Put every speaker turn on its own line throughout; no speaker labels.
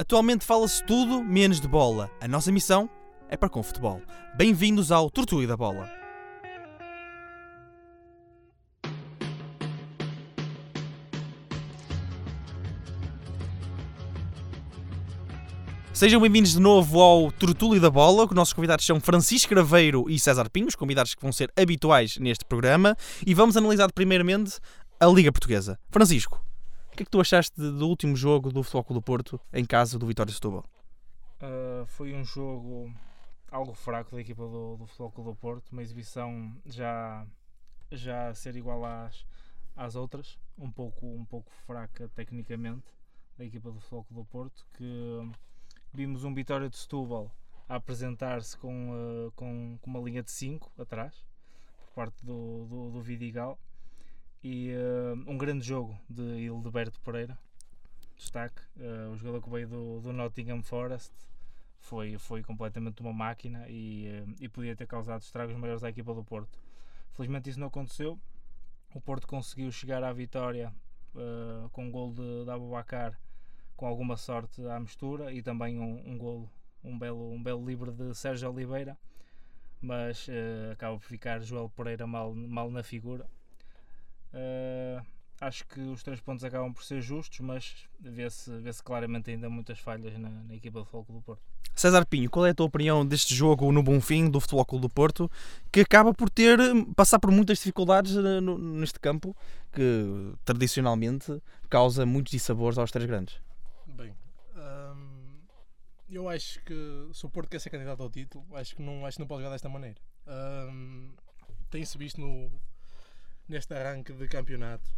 Atualmente fala-se tudo menos de bola. A nossa missão é para com futebol. Bem-vindos ao Tortuga da Bola. Sejam bem-vindos de novo ao Tortulho da Bola. Os nossos convidados são Francisco Graveiro e César Pinho, os convidados que vão ser habituais neste programa. E vamos analisar primeiramente a Liga Portuguesa. Francisco, o que é que tu achaste de- do último jogo do Futebol Clube do Porto em casa do Vitória de Setúbal?
Uh, foi um jogo algo fraco da equipa do, do Futebol Clube do Porto, uma exibição já, já a ser igual às, às outras, um pouco, um pouco fraca tecnicamente da equipa do Futebol Clube do Porto, que vimos um Vitória de Setúbal a apresentar-se com, uh, com, com uma linha de 5 atrás, por parte do, do, do Vidigal, e uh, um grande jogo de Hildeberto Pereira, destaque, uh, o jogador que veio do, do Nottingham Forest, foi, foi completamente uma máquina e, eh, e podia ter causado estragos maiores à equipa do Porto. Felizmente isso não aconteceu. O Porto conseguiu chegar à vitória eh, com um gol de, de Abubacar com alguma sorte à mistura e também um, um gol, um belo, um belo livre de Sérgio Oliveira, mas eh, acaba por ficar Joel Pereira mal, mal na figura. Eh, acho que os três pontos acabam por ser justos, mas vê-se vê claramente ainda muitas falhas na, na equipa do Foco do Porto.
César Pinho, qual é a tua opinião deste jogo no Bonfim do Futebol Clube do Porto, que acaba por ter hum, passar por muitas dificuldades eh, no- neste campo, que tradicionalmente causa muitos dissabores aos três grandes?
Bem, hum, eu acho que se o Porto quer ser candidato ao título, acho que não, acho que não pode jogar desta maneira. Hum, Tem-se visto no, neste arranque de campeonato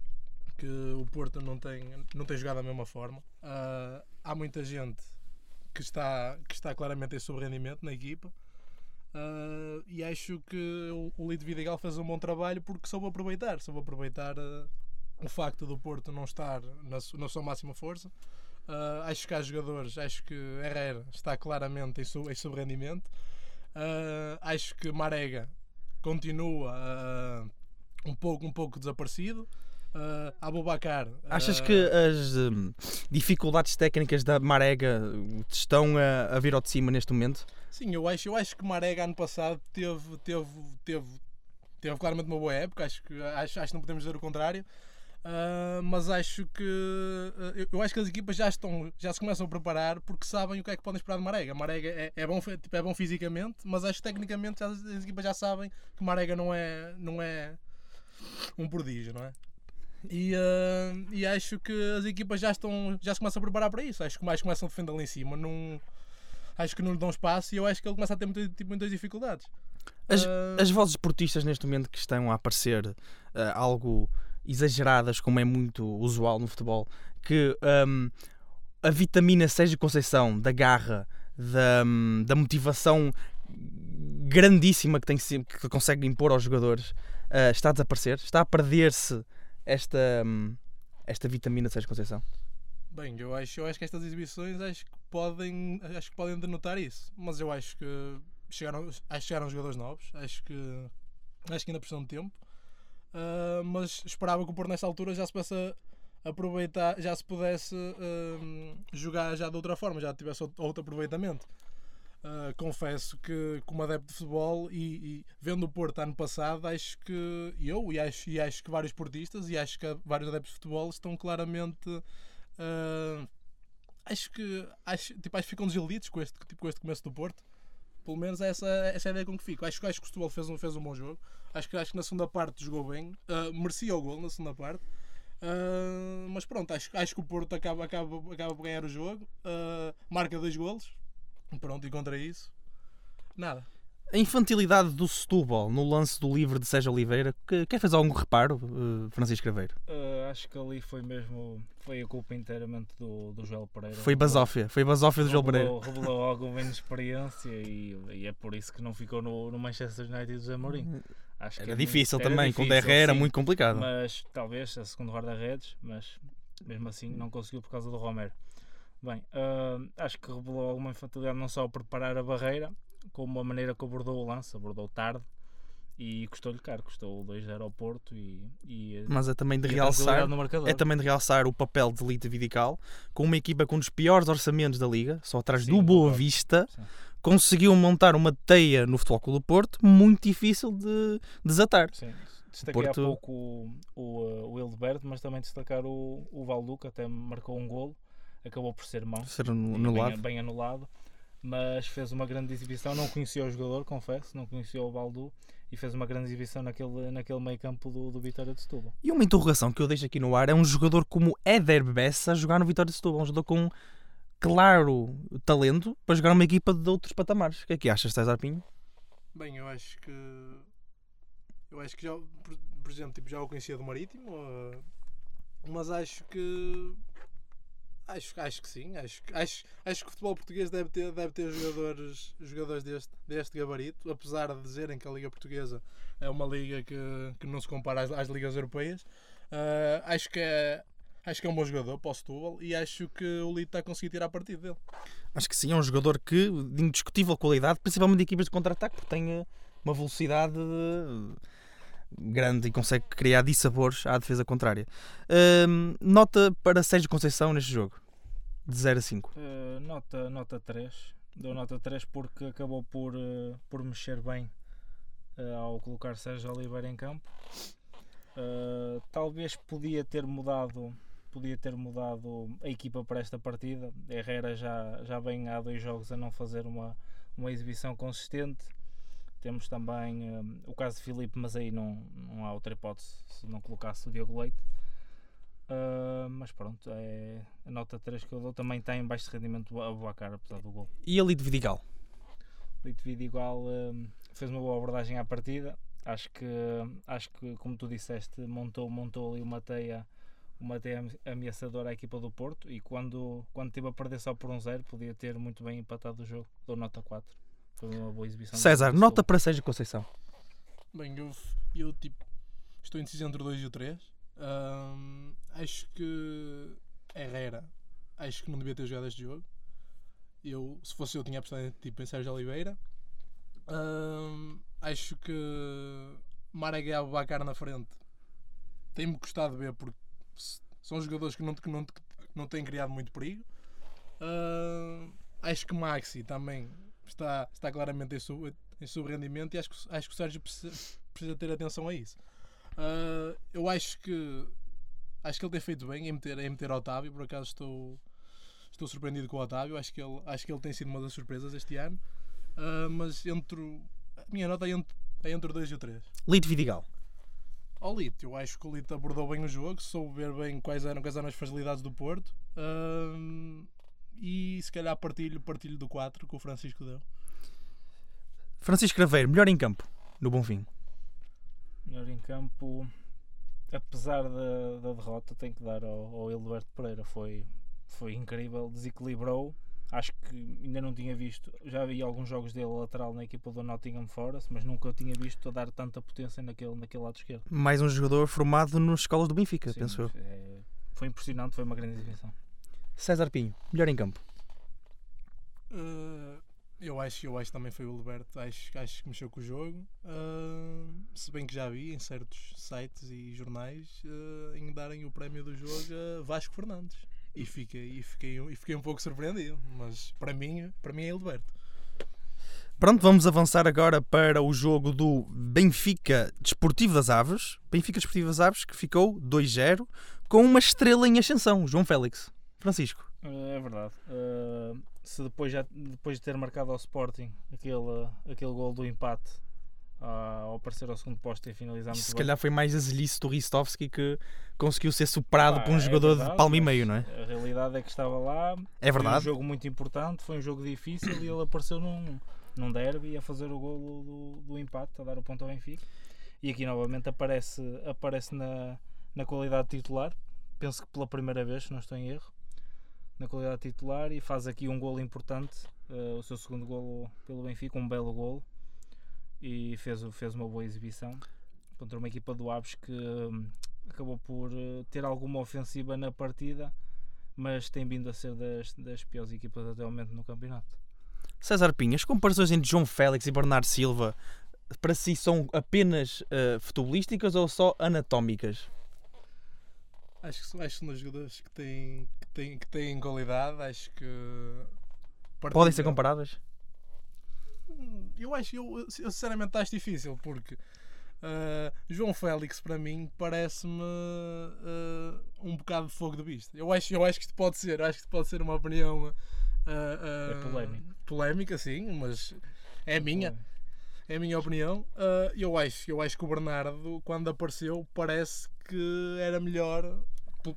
que o Porto não tem, não tem jogado da mesma forma. Ah, há muita gente que está, que está claramente em sobrerendimento na equipa. Ah, e acho que o, o Lito Vidigal fez um bom trabalho porque soube aproveitar, soube aproveitar ah, o facto do Porto não estar na, su- na sua máxima força Uh, acho que há jogadores, acho que Herrera está claramente em, su- em subrendimento. Uh, acho que Marega continua uh, um, pouco, um pouco desaparecido. Uh, Abubacar.
Achas
uh,
que as hum, dificuldades técnicas da Marega estão a, a vir ao de cima neste momento?
Sim, eu acho, eu acho que Marega ano passado teve, teve, teve, teve claramente uma boa época, acho que, acho, acho que não podemos dizer o contrário. Ah, mas acho que ah, eu- eu acho que as equipas já estão já se começam a preparar porque sabem o que é que podem esperar de Marega. Marega é, é bom fe- tipo, é bom fisicamente, mas acho que tecnicamente já- as equipas já sabem que Marega não é não é um prodígio, não é? E, ah, e acho que as equipas já estão já se começam a preparar para isso. Acho que mais começam a defender lá em cima. Não, acho que não lhe dão espaço e eu acho que ele começa a ter muita- tipo, muitas dificuldades.
As,
Ah,
as vozes esportistas neste momento que estão a aparecer ah, algo exageradas, como é muito usual no futebol, que hum, a vitamina Sérgio Conceição, da garra, da, hum, da motivação grandíssima que, tem, sempre- que consegue impor aos jogadores, ah, está a desaparecer? Está a perder-se esta, hum, esta vitamina Sérgio Conceição?
Bem, eu acho, eu acho que estas exibições acho que podem, acho que podem denotar isso, mas eu acho que chegaram, acho que chegaram jogadores novos, acho que acho que ainda precisam de tempo. Ah, mas esperava que o Porto nesta altura já se pudesse aproveitar, já se pudesse ah, jogar já de outra forma, já tivesse outro outro aproveitamento. Ah, confesso que como adepto de futebol e, e vendo o Porto ano passado, acho que eu e acho, e acho que vários portistas e acho que vários adeptos de futebol estão claramente ah, acho que acho, tipo, acho que ficam desiludidos com este, tipo, com este começo do Porto. Pelo menos é essa, essa é a ideia com que fico. Acho, que- acho que o Setúbal fez um, fez um bom jogo. Acho que, acho que na segunda parte jogou bem. Ah, merecia o gol na segunda parte. Ah, mas pronto, acho, acho que o Porto acaba, acaba, acaba por ganhar o jogo. Ah, marca dois golos. Pronto, e contra isso, nada.
A infantilidade do Setúbal no lance do livro de Sérgio Oliveira, que, quer fazer algum reparo, eh, Francisco Craveiro?
Uh, acho que ali foi mesmo. Foi a culpa inteiramente do, do Joel Pereira.
Foi basófia, foi basófia do João Pereira.
Revelou, revelou alguma inexperiência e, e é por isso que não ficou no, no Manchester United dos Amorim. Acho que
Uhum. Era
é
difícil
muito- era
também, com
difícil,
Derré era
sim,
muito complicado.
Mas talvez a segunda guarda-redes, mas mesmo assim não conseguiu por causa do Romero. Bem, ah, acho que revelou alguma infantilidade não só ao preparar a barreira, como a maneira que abordou o lance, abordou tarde E custou-lhe caro, custou 2-0 ao Porto e, e,
Mas é também de
e a
realçar
tranquilidade no marcador.
é também de realçar o papel de Lita Vidical, com uma equipa com um dos piores orçamentos da liga, só atrás
Sim,
do Boa
concordo.
Vista,
Sim.
conseguiu montar uma teia no Futebol Clube do Porto muito difícil de desatar.
Sim, destaquei
Porto-
há pouco o, o, eh, o Hildeberto, mas também destacar o, o Valduca, até marcou um golo, acabou por ser mão,
Ser no,
e
no
bem,
lado.
bem anulado, mas fez uma grande exibição, não conhecia o jogador, confesso, não conhecia o Baldu, e fez uma grande exibição naquele, naquele meio campo do, do Vitória de Setúbal.
E uma interrogação que eu deixo aqui no ar é um jogador como Éder Bessa a jogar no Vitória de Setúbal, um jogador com claro talento para jogar numa equipa de outros patamares. O que é que achas, César Pinho?
Bem, eu acho que. Eu acho que já. Por, por exemplo, tipo, já o conhecia do Marítimo, eh, mas acho que. Acho, acho que sim. Acho, que- acho, acho que o futebol português deve ter, deve ter jogadores, jogadores deste, deste gabarito, apesar de dizerem que a Liga Portuguesa é uma liga que, que não se compara às, às ligas europeias. Eh, acho que é. Acho que é um bom jogador para o Setúbal e acho que o Lito está a conseguir tirar partido dele.
Acho que sim, é um jogador que, de indiscutível qualidade, principalmente de equipas de contra-ataque, porque tem eh, uma velocidade eh, grande e consegue criar dissabores à defesa contrária. Ahm, nota para Sérgio Conceição neste jogo, de 0 a 5.
Eh, nota, nota 3, dou nota 3 porque acabou por, eh, por mexer bem eh, ao colocar Sérgio Oliveira em campo. Eh, talvez podia ter mudado podia ter mudado a equipa para esta partida. Herrera já, já vem há dois jogos a não fazer uma, uma exibição consistente. Temos também hum, o caso de Filipe, mas aí não, não há outra hipótese se não colocasse o Diogo Leite. Ah, mas pronto, é a nota 3 que eu dou também está em baixo rendimento a boa cara, apesar do gol.
E ali de Vidigal?
Lito Vidigal hum, fez uma boa abordagem à partida. Acho que, acho que como tu disseste, montou, montou ali uma teia, uma teia ame- ameaçadora à equipa do Porto e quando, quando teve a perder só por um zero podia ter muito bem empatado o jogo. Dou nota 4. Foi uma boa exibição. do
César,
Porto.
nota para Sérgio Conceição.
Bem, eu, eu tipo, estou indeciso entre o 2 e o 3. acho que Herrera, acho que não devia ter jogado este jogo. Eu, se fosse eu, tinha apostado tipo, em Sérgio Oliveira. Ahm, acho que Maragá Bacar na frente tem-me gostado de ver porque s- são jogadores que não, que não, que não têm criado muito perigo. Ahm, acho que Maxi também está, está claramente em, sub, em sub-rendimento e acho que, o- acho que o Sérgio precisa, precisa ter atenção a isso. Ah, eu acho que acho que ele tem feito bem em meter, em meter Otávio, por acaso estou, estou surpreendido com o Otávio, acho que, ele, acho que ele tem sido uma das surpresas este ano, Ah, mas entre o- a minha nota é entre, é entre o 2 e o 3.
Lito Vidigal.
Ao Lito, eu acho que o Lito abordou bem o jogo, soube ver bem quais eram, quais eram as facilidades do Porto Ahm, e se calhar partilho, partilho do 4 que o Francisco deu.
Francisco Craveiro, melhor em campo, no Bonfim.
Melhor em campo, apesar da, da derrota, tenho que dar ao, ao Hilberto Pereira. Foi, foi incrível, desequilibrou. Acho que ainda não tinha visto. Já vi alguns jogos dele a lateral na equipa do Nottingham Forest, mas nunca o tinha visto a dar tanta potência naquele, naquele lado esquerdo.
Mais um jogador formado nas escolas do Benfica,
Sim,
penso eu.
é, foi impressionante, foi uma grande exibição.
César Pinho, melhor em campo.
Ah, eu acho, eu acho que também foi o Liberto, acho, acho que mexeu com o jogo. Ah, se bem que já vi em certos sites e jornais ah, em darem o prémio do jogo a Vasco Fernandes. E fiquei, e fiquei, e fiquei um pouco surpreendido, mas para mim, para mim é Hilberto.
Pronto, vamos avançar agora para o jogo do Benfica Desportivo das Aves. Benfica Desportivo das Aves que ficou 2-0 com uma estrela em ascensão, João Félix. Francisco.
É verdade. Uh, se depois, já, depois de ter marcado ao Sporting aquele, aquele gol do empate ah, ao aparecer ao segundo posto e finalizar Tá muito
Se
bem.
calhar foi mais a zelice do Ristovski que conseguiu ser superado
Pá,
por um
é
jogador de
verdade,
palmo e
mas
meio, não é?
A realidade é que estava lá.
É
Foi um
verdade.
jogo muito importante, foi um jogo difícil e ele apareceu num, num derby a fazer o golo do, do empate, a dar o ponto ao Benfica. E aqui novamente aparece, aparece na, na qualidade de titular, penso que pela primeira vez, se não estou em erro, na qualidade de titular e faz aqui um golo importante, eh, o seu segundo golo pelo Benfica, um belo golo e fez, o- fez uma boa exibição contra uma equipa do Aves que hum, acabou por eh, ter alguma ofensiva na partida mas tem vindo a ser das, das piores equipas até ao momento no campeonato.
César Pinho, as comparações entre João Félix e Bernardo Silva para si são apenas eh, futebolísticas ou só anatómicas?
Acho que, são- acho que são dois jogadores que têm, que, têm, que têm qualidade, acho que.
Podem ser
partilham-
comparadas?
Eu acho, eu, eu sinceramente acho difícil, porque ah, João Félix, para mim, parece-me ah, um bocado de fogo de vista. Eu acho, eu acho que isto pode ser, eu acho que isto pode ser uma opinião ah, ah,
É polémico.
polémica, sim, mas é minha, é a minha opinião. Ah, eu, acho, eu acho que o Bernardo, quando apareceu, parece que era melhor. pe-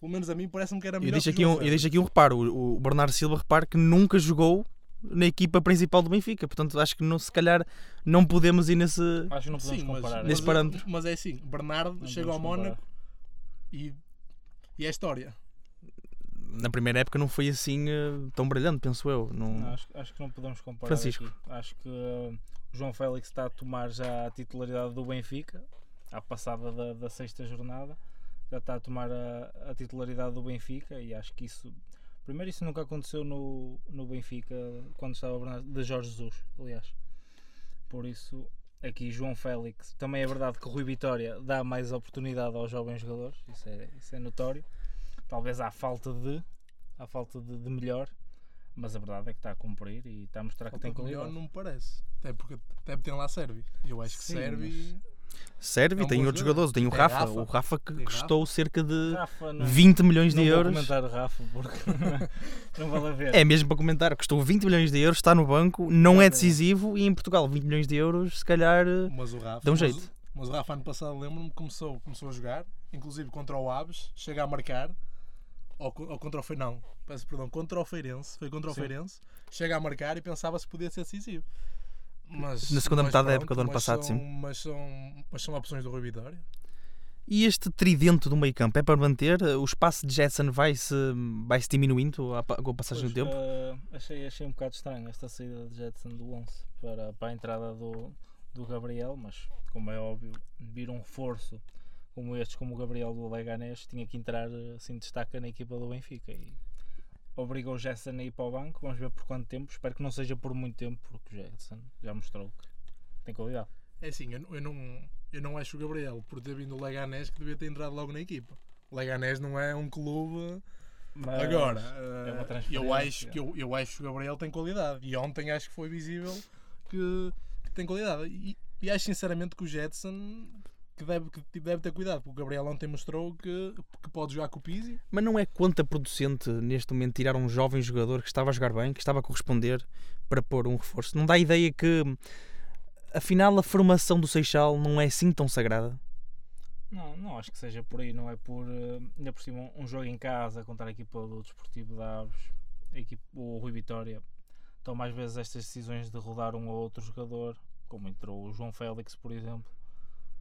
Pelo menos a mim parece-me que era
Eu
É melhor.
deixo,
que o
aqui
João
um, eu
Félix.
deixo aqui um reparo: o, o Bernardo Silva, repare que nunca jogou na equipa principal do Benfica, portanto acho que não, se calhar não podemos ir nesse.
Acho que não podemos
Sim, mas,
comparar.
Nesse
mas,
parâmetro.
mas é assim, Bernardo
Não
chega ao
podemos comparar.
Mónaco e, e é história.
Na primeira época não foi assim eh, tão brilhante, penso eu. Não...
Não, acho, acho que não podemos comparar.
Francisco.
aqui. Acho que uh, o João Félix está a tomar já a titularidade do Benfica, à passada da, da sexta jornada, já está a tomar a, a titularidade do Benfica e acho que isso. Primeiro, isso nunca aconteceu no, no Benfica quando estava o Bernardo- de Jorge Jesus, aliás. Por isso, aqui João Félix. Também é verdade que o Rui Vitória dá mais oportunidade aos jovens jogadores, isso é, isso é notório. Talvez à falta de, à falta de, de melhor, mas a verdade é que está a cumprir e está a mostrar que tem
Falta de melhor
qualidade.
não me parece. Até porque, até porque tem lá Sérvi. Eu acho que
Sim,
Sérvi.
Serve,
É
e
um
tem
bom
outros
jogador.
jogadores, tem o
É
Rafa,
Rafa.
o Rafa que
Tem Rafa.
custou cerca de
Rafa, não,
20 milhões de
não vou
euros.
comentar Rafa porque não vale a ver.
É mesmo para comentar, custou 20 milhões de euros, está no banco, não é decisivo e em Portugal 20 milhões de euros, se calhar eh,
Mas o Rafa.
dá um
mas-
jeito.
Mas o Rafa, ano passado, lembro-me, começou, começou a jogar, inclusive contra o Aves, chega a marcar. Ou, co- ou contra o Fe- não, peço perdão, contra o Feirense, foi contra o
Sim.
Feirense, chega a marcar e pensava se podia ser decisivo. Mas,
Na segunda
mas
metade da época do ano
mas
passado,
são-
sim.
Mas são, mas são opções do Rui Vitória.
E este tridente do meio campo é para manter? O espaço de Jetson vai-se vai -se diminuindo à pa- com a passagem do
Pois,
um tempo?
eh, achei, achei um bocado estranho esta saída de Jetson do 11 para, para a entrada do, do Gabriel, mas como é óbvio, vir um reforço como estes, como o Gabriel do Leganés, tinha que entrar eh, assim destaca na equipa do Benfica e obrigou o Jetson a ir para o banco. Vamos ver por quanto tempo, espero que não seja por muito tempo, porque o Jetson já mostrou que tem qualidade.
É assim, eu, eu, não, eu não acho o Gabriel, por ter vindo o Leganés, que devia ter entrado logo na equipa. O Leganés não é um clube.
Mas-
Agora,
é uma
eh, eu,
transferência.
acho que, eu, eu acho que o Gabriel tem qualidade. E ontem acho que foi visível que, que tem qualidade. E, e acho sinceramente que o Jetson que deve, que deve ter cuidado, porque o Gabriel ontem mostrou que, que pode jogar com o Pizzi.
Mas não é contraproducente neste momento tirar um jovem jogador que estava a jogar bem, que estava a corresponder para pôr um reforço? Não dá a ideia que afinal a formação do Seixal não é assim tão sagrada?
Não, não acho que seja por aí, não é por. eh, ainda por cima, um jogo em casa contra a equipa do Desportivo da Aves, a equipa, o Rui Vitória, toma às vezes estas decisões de rodar um ou outro jogador, como entrou o João Félix, por exemplo.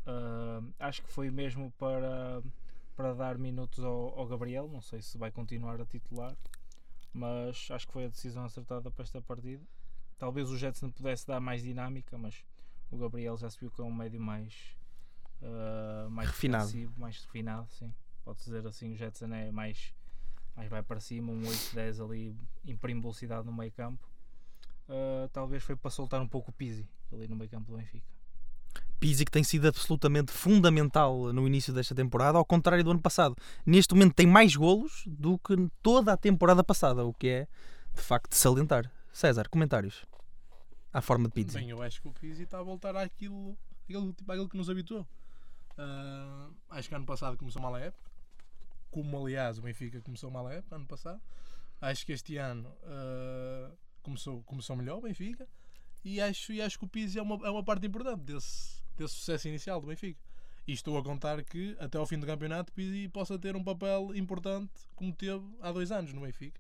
Ah, acho que foi mesmo para, para dar minutos ao, ao Gabriel, não sei se vai continuar a titular, mas acho que foi a decisão acertada para esta partida. Talvez o Jetson pudesse dar mais dinâmica, mas o Gabriel já se viu que é um médio mais. ah, mais
Refinado.
defensivo, mais refinado, sim. Pode dizer assim, o Jetson é mais, mais vai para cima, um 8-10 ali, imprime velocidade no meio campo. Ah, talvez foi para soltar um pouco o Pizzi ali no meio campo do Benfica.
Pizzi que tem sido absolutamente fundamental no início desta temporada, ao contrário do ano passado. Neste momento tem mais golos do que toda a temporada passada, o que é de facto de salientar. César, comentários à forma de Pizzi.
Bem, eu acho que o Pizzi está a voltar àquilo, àquilo, tipo, àquilo que nos habituou. Ah, acho que ano passado começou mal a época. Como, aliás, o Benfica começou mal a época, ano passado. Acho que este ano ah, começou, começou melhor o Benfica. E acho, e acho que o Pizzi é uma, é uma parte importante desse, desse sucesso inicial do Benfica. E estou a contar que, até ao fim do campeonato, o Pizzi possa ter um papel importante como teve há dois anos no Benfica.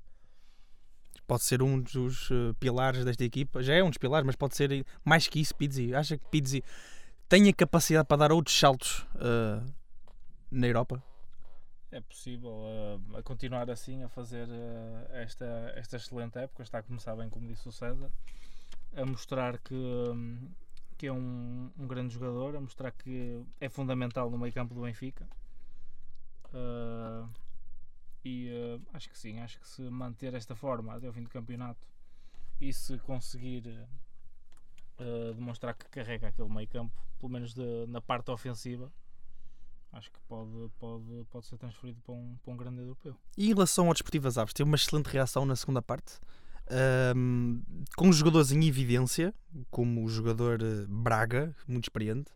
pode ser um dos eh, pilares desta equipa. Já é um dos pilares, mas pode ser mais que isso, Pizzi. Acha que Pizzi tem a capacidade para dar outros saltos eh, na Europa?
É possível ah, a continuar assim a fazer ah, esta, esta excelente época, está a começar bem, como disse o César, a mostrar que, hum, que é um, um grande jogador, a mostrar que é fundamental no meio campo do Benfica. Ah, e ah, acho que sim, acho que se manter esta forma até o fim do campeonato e se conseguir ah, eh, demonstrar que carrega aquele meio campo, pelo menos de- na parte ofensiva, acho que pode, pode, pode ser transferido para um, para um grande europeu.
E em relação ao Desportivo das Aves, teve uma excelente reação na segunda parte, ahm, com os jogadores em evidência, como o jogador eh, Braga, muito experiente,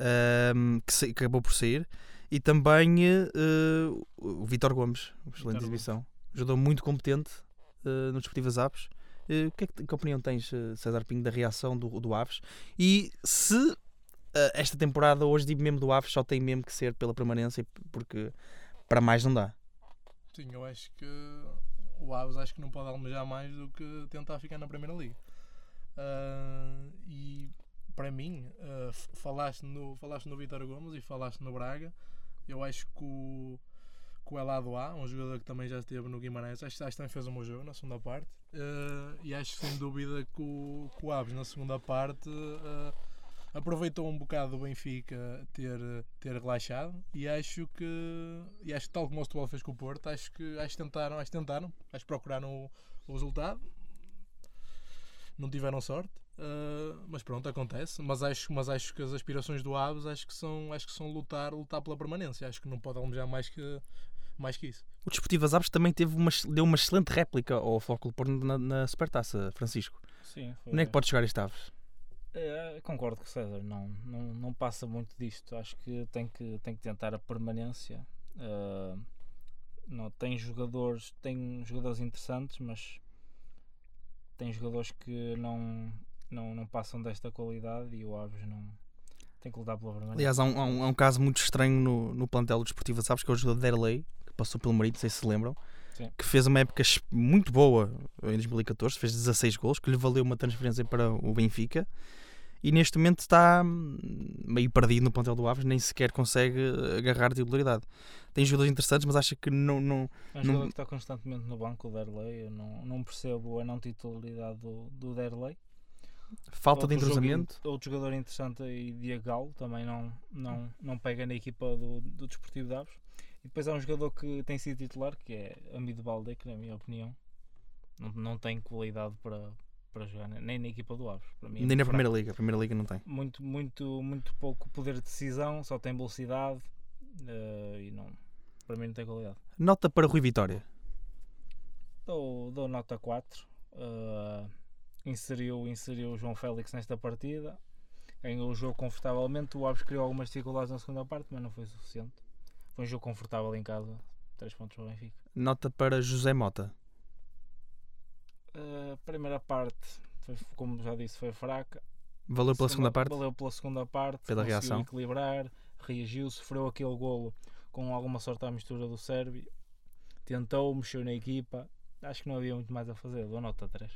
ahm, que, sa- que acabou por sair, e também eh, eh, o Vitor Gomes, uma excelente
Gomes.
exibição. Jogador muito competente eh, no Desportivo das Aves. Eh, o que, é que, que opinião tens, eh, César Pinho, da reação do, do Aves? E se eh, esta temporada, hoje digo mesmo do Aves, só tem mesmo que ser pela permanência, porque para mais não dá.
Sim, eu acho que o Aves acho que não pode almejar mais do que tentar ficar na Primeira Liga. Ah, e para mim, ah, f- falaste no, falaste no Vitor Gomes e falaste no Braga. Eu acho que o, que o Elado A, um jogador que também já esteve no Guimarães, acho, acho que também fez um bom jogo na segunda parte. Ah, e acho sem dúvida que o, que o Aves na segunda parte ah, aproveitou um bocado do Benfica ter, ter relaxado e acho que e acho que tal como o Setúbal fez com o Porto acho que acho que tentaram acho que tentaram acho que procuraram o, o resultado não tiveram sorte ah, mas pronto acontece mas acho mas acho que as aspirações do Aves acho que são acho que são lutar lutar pela permanência acho que não pode almejar mais que mais que isso
O Desportivo Aves também teve uma, ex- deu uma excelente réplica ao Flóculo Porto na, na Supertaça, Francisco.
Sim, foi-
Onde é que pode chegar este Aves?
Eh, concordo com o César, não, não, não passa muito disto. Acho que tem que, tem que tentar a permanência. Eh, não, tem jogadores, tem jogadores interessantes, mas tem jogadores que não, não, não passam desta qualidade e o Aves não tem que lutar pela permanência.
Aliás, há um, há um- há um caso muito estranho no, no plantel do Desportivo Aves, que é o jogador Derley, que passou pelo Marido, não sei se se lembram,
Sim.
que fez uma época es- muito boa em 2014, fez 16 gols, que lhe valeu uma transferência para o Benfica. E neste momento está hum, meio perdido no plantel do Aves, nem sequer consegue agarrar titularidade. Tem jogadores interessantes, mas acha que não- não,
É um
não-
jogador que está constantemente no banco, o Derley. Eu não, não percebo a não titularidade do, do Derley.
falta de
Outro jogo in-
entrosamento.
Outro jogador interessante aí, Diagal, também não,
Hum.
não, não pega na equipa do, do Desportivo de Aves. E depois há um jogador que tem sido titular, que é Amido Balde, que na minha opinião não, não tem qualidade para, para jogar, ne- nem na equipa do Aves. Para mim
Nem
é
na
muito fraco.
Primeira Liga, a Primeira Liga não tem.
Muito, muito, muito pouco poder de decisão, só tem velocidade eh, e não, para mim não tem qualidade.
Nota para Rui Vitória.
Dou, dou nota 4. Uh, inseriu, inseriu o João Félix nesta partida. Ganhou o jogo confortavelmente. O Aves criou algumas dificuldades na segunda parte, mas não foi suficiente. Foi um jogo confortável em casa. 3 pontos para o Benfica.
Nota para José Mota.
Uh, primeira parte, foi, como já disse, foi fraca.
Valeu pela segunda parte.
Valeu pela segunda parte.
Pela
conseguiu
reação.
equilibrar, reagiu, sofreu aquele golo com alguma sorte à mistura do Sérvio. Tentou, mexeu na equipa. Acho que não havia muito mais a fazer. Dou nota 3.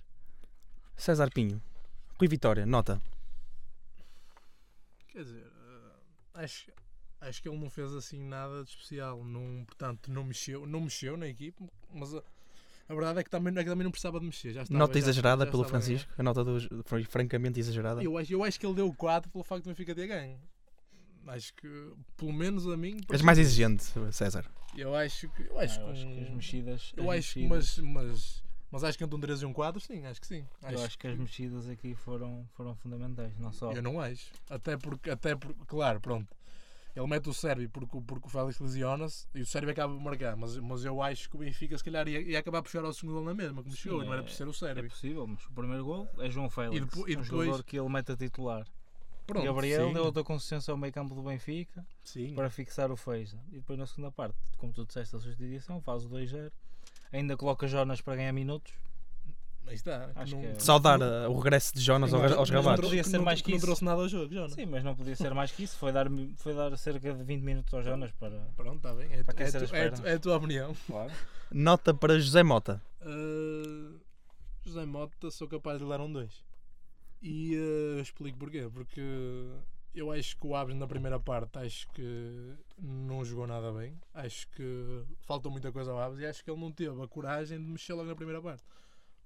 César Pinho. Rui Vitória, nota.
Quer dizer, eh, acho, acho que ele não fez assim nada de especial. Não, portanto, não mexeu, não mexeu na equipe, mas a, a verdade é que, também, é que também não precisava de mexer. Já estava,
nota
já-
exagerada
já
pelo
estava a ganhar.
Francisco. A nota do, foi francamente exagerada.
Eu acho, eu acho que ele deu 4 pelo facto de não ficar ter ganho. Acho que, pelo menos a mim.
És mais exigente, César.
Eu acho que. Eu acho,
Ah, eu acho que as mexidas.
Eu
as
acho que.
mexidas-
Mas, mas, mas acho que entre um 3 e um 4, sim, acho que sim.
eu acho que as mexidas aqui foram, foram fundamentais, não só.
Eu não acho. Até porque, até porque claro, pronto. Ele mete o Sérvio porque, o- porque o Félix lesiona-se e o Sérvio acaba por marcar. Mas, mas eu acho que o Benfica, se calhar, ia, ia acabar a puxar ao segundo gol na mesma, como
Sim,
chegou. Não era
é-
por ser o
É
Sérvio.
possível, mas o primeiro gol é João Félix,
depo- e
um
depois-
jogador que ele mete a titular.
Pronto,
É, Gabriel
sim,
deu outra consistência ao meio campo do Benfica
sim.
para fixar o Feixa. E depois na segunda parte, como tu disseste, a substituição, faz o 2-0, ainda coloca Jonas para ganhar minutos.
Aí está.
Acho
não,
que é-
não-
Saudar uh, o regresso de Jonas
não-
ao- aos
não-
gravados.
Podia ser
não-
mais que
Não
isso.
trouxe nada ao jogo, já, não?
Sim, mas não podia ser mais que isso, foi dar, foi dar cerca de 20 minutos ao Jonas para.
Pronto, está bem. É, tu-
aquecer
é tu-
as
é tu-
pernas.
é a tua opinião.
Claro.
Nota para José Mota.
Uh, José Mota sou capaz de lhe dar um 2. E uh, eu explico porquê. Porque eu acho que o Aves na primeira parte acho que não jogou nada bem. Acho que faltou muita coisa ao Aves e acho que ele não teve a coragem de mexer logo na primeira parte.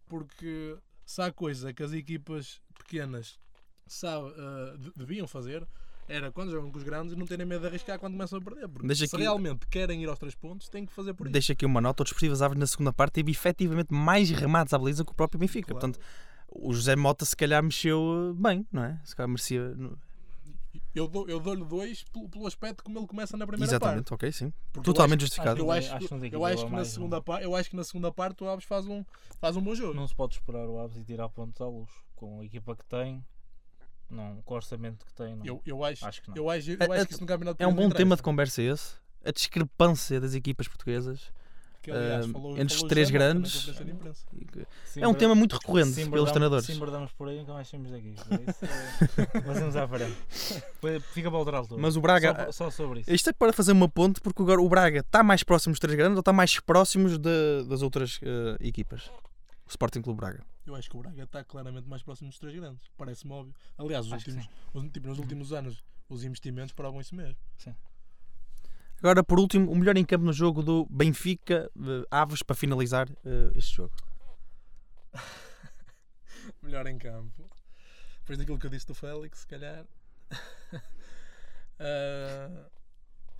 Porque se há coisa que as equipas pequenas sabe, uh, de- deviam fazer era quando jogam com os grandes não terem medo de arriscar quando começam a perder. Porque
Deixa
se
aqui-
realmente querem ir aos três pontos, têm que fazer por isso.
Deixa aqui uma nota. O Desportivo Aves na segunda parte teve efetivamente mais remates à baliza que o próprio Benfica.
Claro.
Portanto, o José Mota se calhar mexeu eh, bem, não é? Se calhar merecia.
Eu dou- eu dou-lhe dois pelo, pelo aspecto como ele começa na primeira
Exatamente,
parte.
ok, sim.
Porque eu
Totalmente
acho-
justificado.
Eu acho,
Acho que não tem que
eu acho
levar
que na
mais,
segunda
não.
parte, eu acho que na segunda parte o Alves faz um faz um bom jogo.
Não se pode esperar o Aves e tirar pontos à luz. Com a equipa que tem, não, com o orçamento que tem, não.
Eu, eu acho,
Acho que não.
eu acho, eu
É-
acho
é-
que isso no campeonato
É um bom
português
tema
não
de conversa esse. A discrepância das equipas portuguesas.
interessa. Que, aliás,
eh,
falou-
entre os
falou
três
Zé Mota na
grandes.
conferência de imprensa.
E que-
Se
É um
embar-
tema muito recorrente
se
pelos
embardamos-
treinadores.
Se embardamos por aí, nunca mais saímos daqui. Por isso, eh, Vamos à frente. Foi- Fica para outra altura.
Mas o Braga.
Só, só sobre isso.
Isto é para fazer uma ponte, porque agora o Braga está mais próximo dos três grandes ou está mais próximo de- das outras eh, equipas? O Sporting Clube Braga.
Eu acho que o Braga está claramente mais próximo dos três grandes. Parece-me óbvio. Aliás, os
Acho que
últimos, os- tipo, nos últimos anos, os investimentos provam isso mesmo.
Agora, por último, o melhor em campo no jogo do Benfica eh, Aves para finalizar eh, este jogo.
Melhor em campo. Depois daquilo que eu disse do Félix, se calhar. Ah,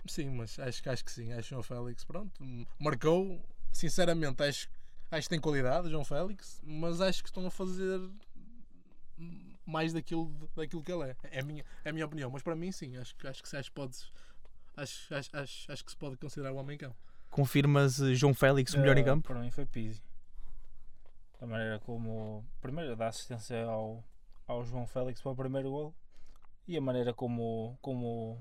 sim, mas acho, que- acho que sim. Acho que o João Félix, pronto, marcou. Sinceramente, acho, acho que tem qualidade o João Félix, mas acho que estão a fazer mais daquilo, daquilo que ele é. É a minha, é a minha opinião, mas para mim, sim. Acho, que- acho que se acho, que podes, acho, acho, acho, acho que se pode considerar o homem em campo.
Confirmas eh, João Félix o melhor em
Eh,
campo?
Para mim foi Pizzi. A maneira como. Primeiro, dá assistência ao, ao João Félix para o primeiro gol e a maneira como, como,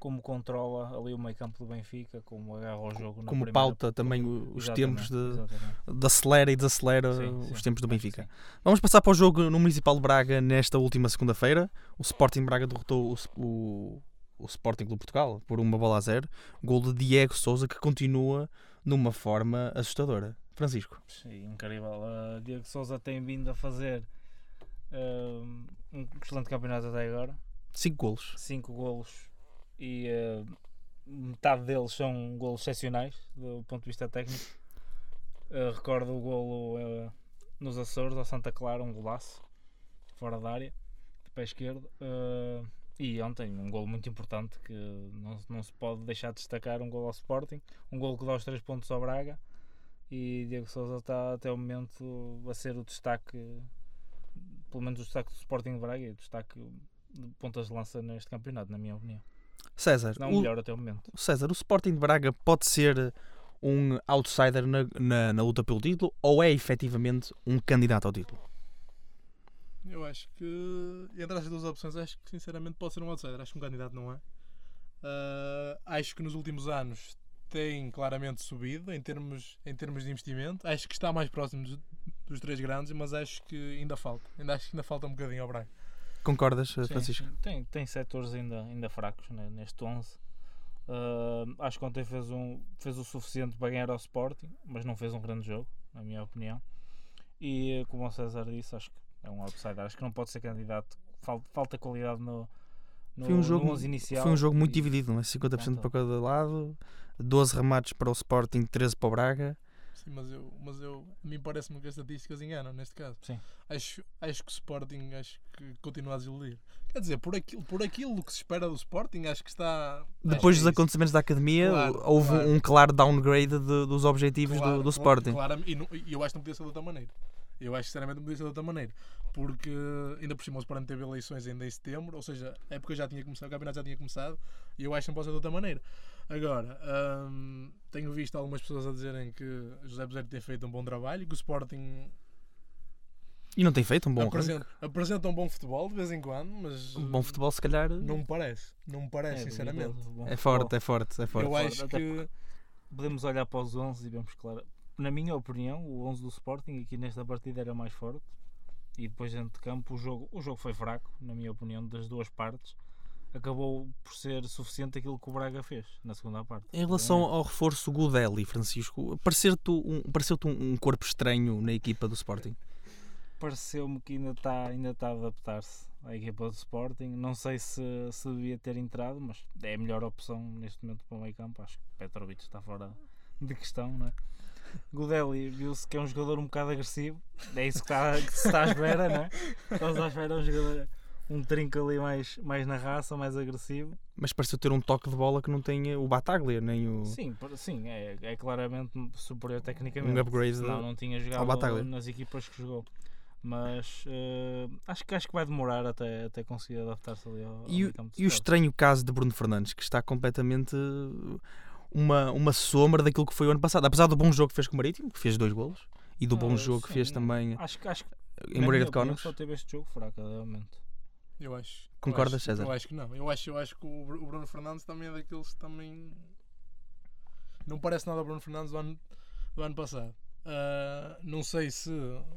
como controla ali o meio campo do Benfica, como agarra o jogo na
Como
primeira-
pauta também o- os tempos
Exatamente,
de,
exatamente.
de acelera e desacelera
Sim,
os tempos
sim,
do
acho que
Benfica.
sim.
Vamos passar para o jogo no Municipal de Braga nesta última segunda-feira. O Sporting Braga derrotou o, o- o Sporting Clube de Portugal por uma bola a zero. Gol de Diego Souza que continua numa forma assustadora. Francisco,
Sim, incrível. Uh, Diego Souza tem vindo a fazer uh, um excelente campeonato até agora.
5 golos.
5 golos e uh, metade deles são golos excepcionais do ponto de vista técnico. Uh, recordo o golo uh, nos Açores, ao Santa Clara, um golaço fora da área, de pé esquerdo. Uh, e ontem um golo muito importante que não, se- não se pode deixar de destacar, um golo ao Sporting, um golo que dá os 3 pontos ao Braga. E Diego Souza está até o momento a ser o destaque, pelo menos o destaque do Sporting de Braga e o destaque de pontas de lança neste campeonato, na minha opinião.
César,
Não
o,
melhor até o momento.
César, o Sporting de Braga pode ser um outsider na, na- na luta pelo título ou é efetivamente um candidato ao título?
Eu acho que entre as duas opções acho que sinceramente pode ser um outsider, acho que um candidato não é. Ah, acho que nos últimos anos tem claramente subido em termos, em termos de investimento. Acho que está mais próximo dos, dos três grandes, mas acho que ainda falta. Ainda acho que ainda falta um bocadinho ao Braga.
Concordas,
Sim,
Francisco?
sim. Tem, tem setores ainda, ainda fracos né, neste 11. Ah, acho que ontem fez, um, fez o suficiente para ganhar ao Sporting, mas não fez um grande jogo, na minha opinião. E como o César disse, acho que é um outsider. Acho que não pode ser candidato. Fal- Falta qualidade no, no,
Foi um jogo-
no 11 inicial.
Foi um jogo muito
e-
dividido, não é? 50%
Conta.
para cada lado, 12 remates para o Sporting, 13 para o Braga.
Sim, mas eu, mas eu a mim parece-me que as estatísticas enganam neste caso.
Sim.
Acho, acho que o Sporting acho que continua a desiludir. Quer dizer, por aquilo, por aquilo que se espera do Sporting, acho que está. acho
Depois
que é
dos
isso.
acontecimentos da academia,
Claro,
houve
claro.
um claro downgrade de- dos objetivos do,
Claro,
do
cla-
Sporting.
claro, e, não- e eu acho que não podia ser de outra maneira. Eu acho que sinceramente não podia ser de outra maneira. Porque ainda por cima o Sporting teve eleições ainda em setembro, ou seja, a época já tinha começado, o campeonato já tinha começado, e eu acho que não pode ser de outra maneira. Agora, hum, tenho visto algumas pessoas a dizerem que José Bezerra tem feito um bom trabalho, que o Sporting
E não tem feito um bom arranque.
apresenta, apresenta um bom futebol de vez em quando, mas
Um bom futebol, se calhar.
não me parece. Não me
é,
parece, sinceramente.
duvidoso, bom
É
futebol.
forte, é forte, é forte.
Eu
Fora,
acho
até
que
podemos olhar para os 11 e vemos claro. Na minha opinião, o 11 do Sporting aqui nesta partida era mais forte. E depois dentro de campo o jogo, o jogo foi fraco, na minha opinião, das duas partes. Acabou por ser suficiente aquilo que o Braga fez na segunda parte.
Em relação
é um
ao reforço Godelli, Francisco, pareceu-te um, pareceu um, um corpo estranho na equipa do Sporting?
Pareceu-me que ainda está ainda está a adaptar-se à equipa do Sporting. Não sei se, se devia ter entrado, mas é a melhor opção neste momento para o meio campo. Acho que Petrovic está fora de questão, não é? Godelli viu-se que é um jogador um bocado agressivo. É isso que, está, que se está à espera, não é? Estamos à espera de um jogador, um trinco ali mais, mais na raça, mais agressivo.
Mas pareceu ter um toque de bola que não tem o Bataglia, nem o.
Sim, por- sim é, é claramente superior tecnicamente.
Um upgrade
Não,
de-
não tinha
Bataglia.
jogado nas equipas que jogou. Mas eh, acho, que, acho que vai demorar até, até conseguir adaptar-se ali ao,
E,
ao
o-
campo de
e o
futebol.
estranho caso de Bruno Fernandes, que está completamente uh, uma, uma sombra daquilo que foi o ano passado. Apesar do bom jogo que fez com o Marítimo, que fez dois golos, e do bom
Ah,
jogo que
sim,
fez
não.
também uh,
Acho, que- acho que
em
na
Moreira de
minha opinião,
Cónagos.
Só teve este jogo fraco, realmente.
Eu acho. eu
Concordas,
acho-
César?
Eu acho que não. Eu acho, eu acho que o Bru- o Bruno Fernandes também é daqueles que também. Não parece nada ao Bruno Fernandes do ano, do ano passado. Ah, não sei se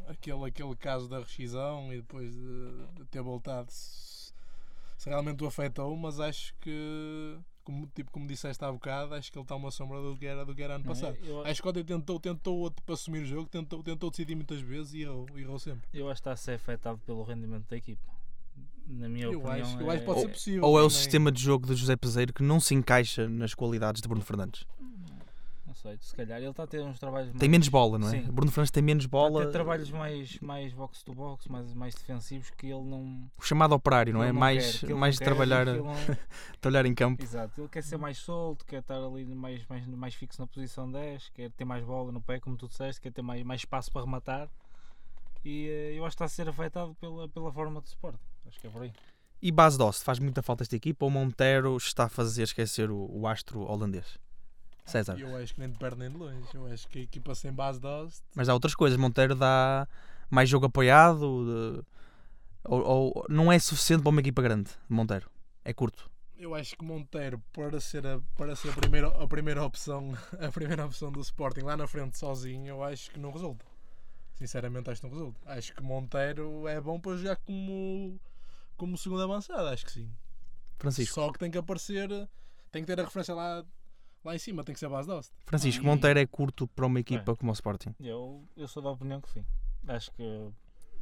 aquele, aquele caso da rescisão e depois de, de ter voltado se, se realmente o afetou, mas acho que, como, tipo, como disseste há bocado, acho que ele está uma sombra do que era, do que era ano
Uhum.
passado.
é? Eu,
Acho que ontem tentou, tentou tipo, assumir o jogo, tentou, tentou decidir muitas vezes e errou, errou sempre.
eu acho que está a ser afetado pelo rendimento da equipa. Na minha
Eu,
opinião.
acho, eu acho que pode
é-
ser possível.
Ou é o
também.
sistema de jogo de José Peseiro que não se encaixa nas qualidades de Bruno Fernandes.
Não sei, se calhar ele está a ter uns trabalhos
Tem
mais-
menos bola, não é?
Sim. é
Bruno Fernandes tem menos
está a ter
bola.
trabalhos mais, mais box to box, mais, mais defensivos que ele não.
O chamado operário, não
que
é?
ele
mais
quer, que ele
mais de
não quer,
trabalhar,
que ele não-
trabalhar em campo.
Exato, ele quer ser mais solto, quer estar ali mais, mais, mais fixo na posição 10, quer ter mais bola no pé, como tu disseste, quer ter mais, mais espaço para rematar. E eh, eu acho que está a ser afetado pela, pela forma de Sporting. Acho que é por aí.
E base Dost, faz muita falta esta equipa. O Montero está a fazer esquecer o, o astro holandês. César.
Eu acho que nem de perto nem de longe. Eu acho que a equipa sem base de host.
Mas há outras coisas. Monteiro dá mais jogo apoiado. de- Ou, ou- não é suficiente para uma equipa grande. Monteiro. É curto.
Eu acho que Monteiro, para ser a, para ser a, primeira, a primeira opção a primeira opção do Sporting lá na frente sozinho, eu acho que não resulta. Sinceramente, acho que não resulta. Acho que Monteiro é bom para jogar como, como segundo avançado, acho que sim.
Francisco.
Só que tem que aparecer, tem que ter a referência lá, lá em cima, tem que ser base de host.
Francisco,
Sim.
Monteiro é curto para uma equipa como o Sporting.
Eu, eu sou da opinião que sim. Acho que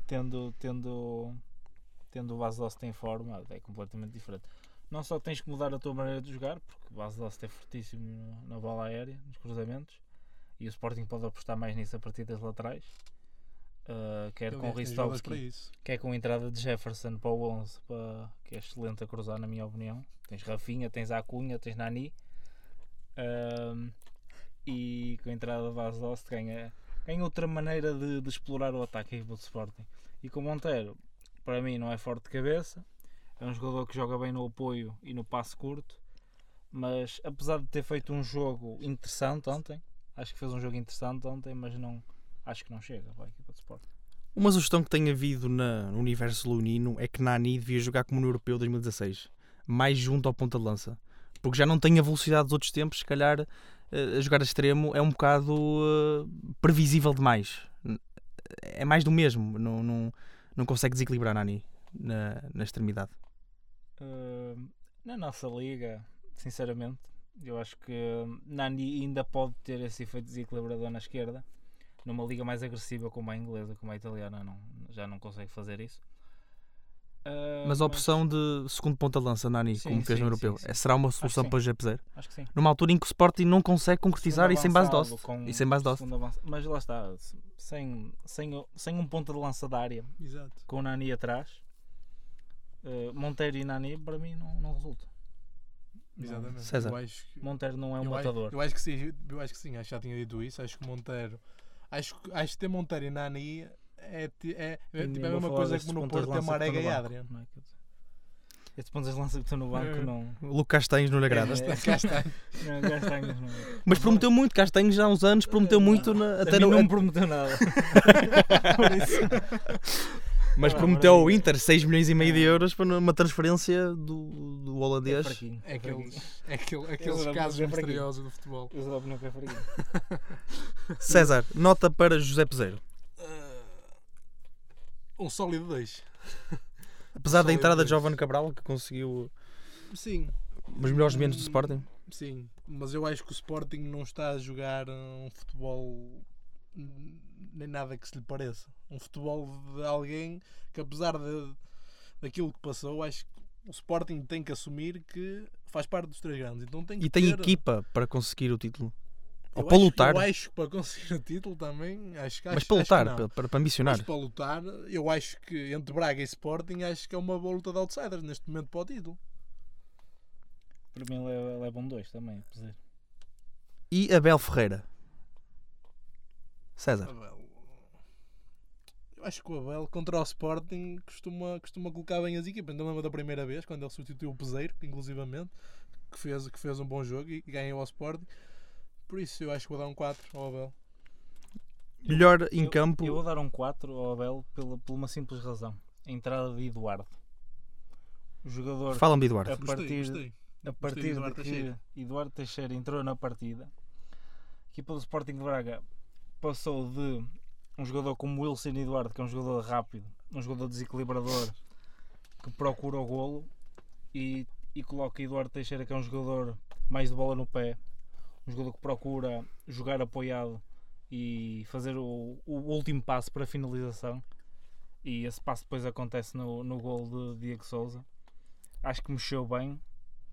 tendo, tendo, tendo o Vasdost em forma é completamente diferente. Não só tens que mudar a tua maneira de jogar, porque o Vasdost é fortíssimo no- na bola aérea, nos cruzamentos, e o Sporting pode apostar mais nisso a partir das laterais. Ah, quer
é
com o
para
Ristovski,
isso.
quer é com a entrada de Jefferson para o 11, para, que é excelente a cruzar, na minha opinião. Tens Rafinha, tens Acunha, tens Nani. Ahm, e com a entrada de Vasdost ganha, ganha outra maneira de, de explorar o ataque a equipa do Sporting. E com o Monteiro, para mim, não é forte de cabeça. É um jogador que joga bem no apoio e no passe curto. Mas apesar de ter feito um jogo interessante ontem, acho que fez um jogo interessante ontem, mas não acho que não chega para a equipa do Sporting.
Uma sugestão que tem havido na- no universo leonino é que Nani devia jogar como no Europeu 2016. Mais junto ao ponta de lança. Porque já não tem a velocidade dos outros tempos. Se calhar eh, a jogar a extremo é um bocado eh, previsível demais. N- É mais do mesmo. Não, não, não consegue desequilibrar Nani na, na extremidade.
Ahm, na nossa liga, sinceramente, eu acho que hum, Nani ainda pode ter esse efeito desequilibrador na esquerda. Numa liga mais agressiva como a inglesa, como a italiana, não, já não consegue fazer isso. Ah,
Mas a opção de segundo ponta de lança, Nani,
Sim,
como fez
sim,
no europeu, eh,
sim, sim.
será uma solução
sim.
para o GPZ?
Acho que sim.
Numa altura em que o Sporting não consegue concretizar
Segundo
e sem base
avançado,
doce.
com
E sem base doce.
segundo avançado. Mas lá está, se- sem, sem, o- sem um ponto de lança da área,
Exato.
com o Nani atrás, eh, Monteiro e Nani para mim não, não resulta.
Exatamente.
César.
Eu acho que-
Monteiro não é um
eu, acho,
matador.
eu acho que sim, eu acho que sim, acho que já tinha dito isso, acho que Monteiro, acho, que- acho que ter Monteiro e Nani é, ti- é, é,
Nem
tipo, é a
vou
mesma
falar
coisa
destes
como no
pontas
Porto
de
ter
lança que estão no
Marega e
banco,
Adrian.
não é? Quer dizer, Estes pontos de lança que estão no banco
É.
não.
Lucas Castanhos não lhe agrada.
É.
Cá está.
Não, Castanhos não.
Mas prometeu muito, Castanhos há uns anos prometeu muito, na-
Até
até
não,
no,
não me prometeu nada.
mas
Ah,
prometeu ao
maravilha.
Inter 6 milhões e meio de euros para uma transferência do, do
É
holandês.
fraquinho.
É
É fraquinho.
aqueles, é aquele-
Eu
aqueles
sou da
casos
opinião para aqui.
misteriosos do futebol.
Eu sou da opinião que é fraquinho.
César, nota para José Peseiro.
um sólido 2.
Apesar
Só
da entrada de
dois.
Jovem Cabral, que conseguiu
Sim,
os melhores momentos do Sporting,
sim. Mas eu acho que o Sporting não está a jogar um futebol hum, nem nada que se lhe pareça. Um futebol de alguém que apesar de, daquilo que passou, acho que o Sporting tem que assumir que faz parte dos três grandes. Então tem que
e tem
ter-
equipa para conseguir o título.
eu
Ou para
acho-
lutar,
Eu acho que para conseguir o título também, acho que
mas
acho-
para
acho que
lutar,
não.
para, para, para ambicionar.
Mas para lutar, eu acho que entre Braga e Sporting, acho que é uma boa luta de outsiders neste momento para o título.
Para mim leva- levam dois também, quer dizer.
E Abel Ferreira. César,
Eu acho que o Abel contra o Sporting costuma, costuma colocar bem as equipas. Ainda lembro da primeira vez, quando ele substituiu o Peseiro, inclusivamente, que fez, que fez um bom jogo e ganhou ao Sporting. Por isso eu acho que vou dar um 4 ao Abel.
Melhor em
eu-
campo.
Eu vou dar um 4 ao Abel pela, por uma simples razão. A entrada de Eduardo. O jogador
Fala-me de Eduardo.
a partir,
gostei.
A
Gostei
partir
do Eduardo
de que
Teixeira.
Eduardo Teixeira entrou na partida, a equipa do Sporting de Braga passou de um jogador como Wilson Eduardo, que é um jogador rápido, um jogador desequilibrador, que procura o golo, e, e coloca Eduardo Teixeira, que é um jogador mais de bola no pé, um jogador que procura jogar apoiado e fazer o, o último passo para a finalização. E esse passo depois acontece no, no gol de Diego Souza. Acho que mexeu bem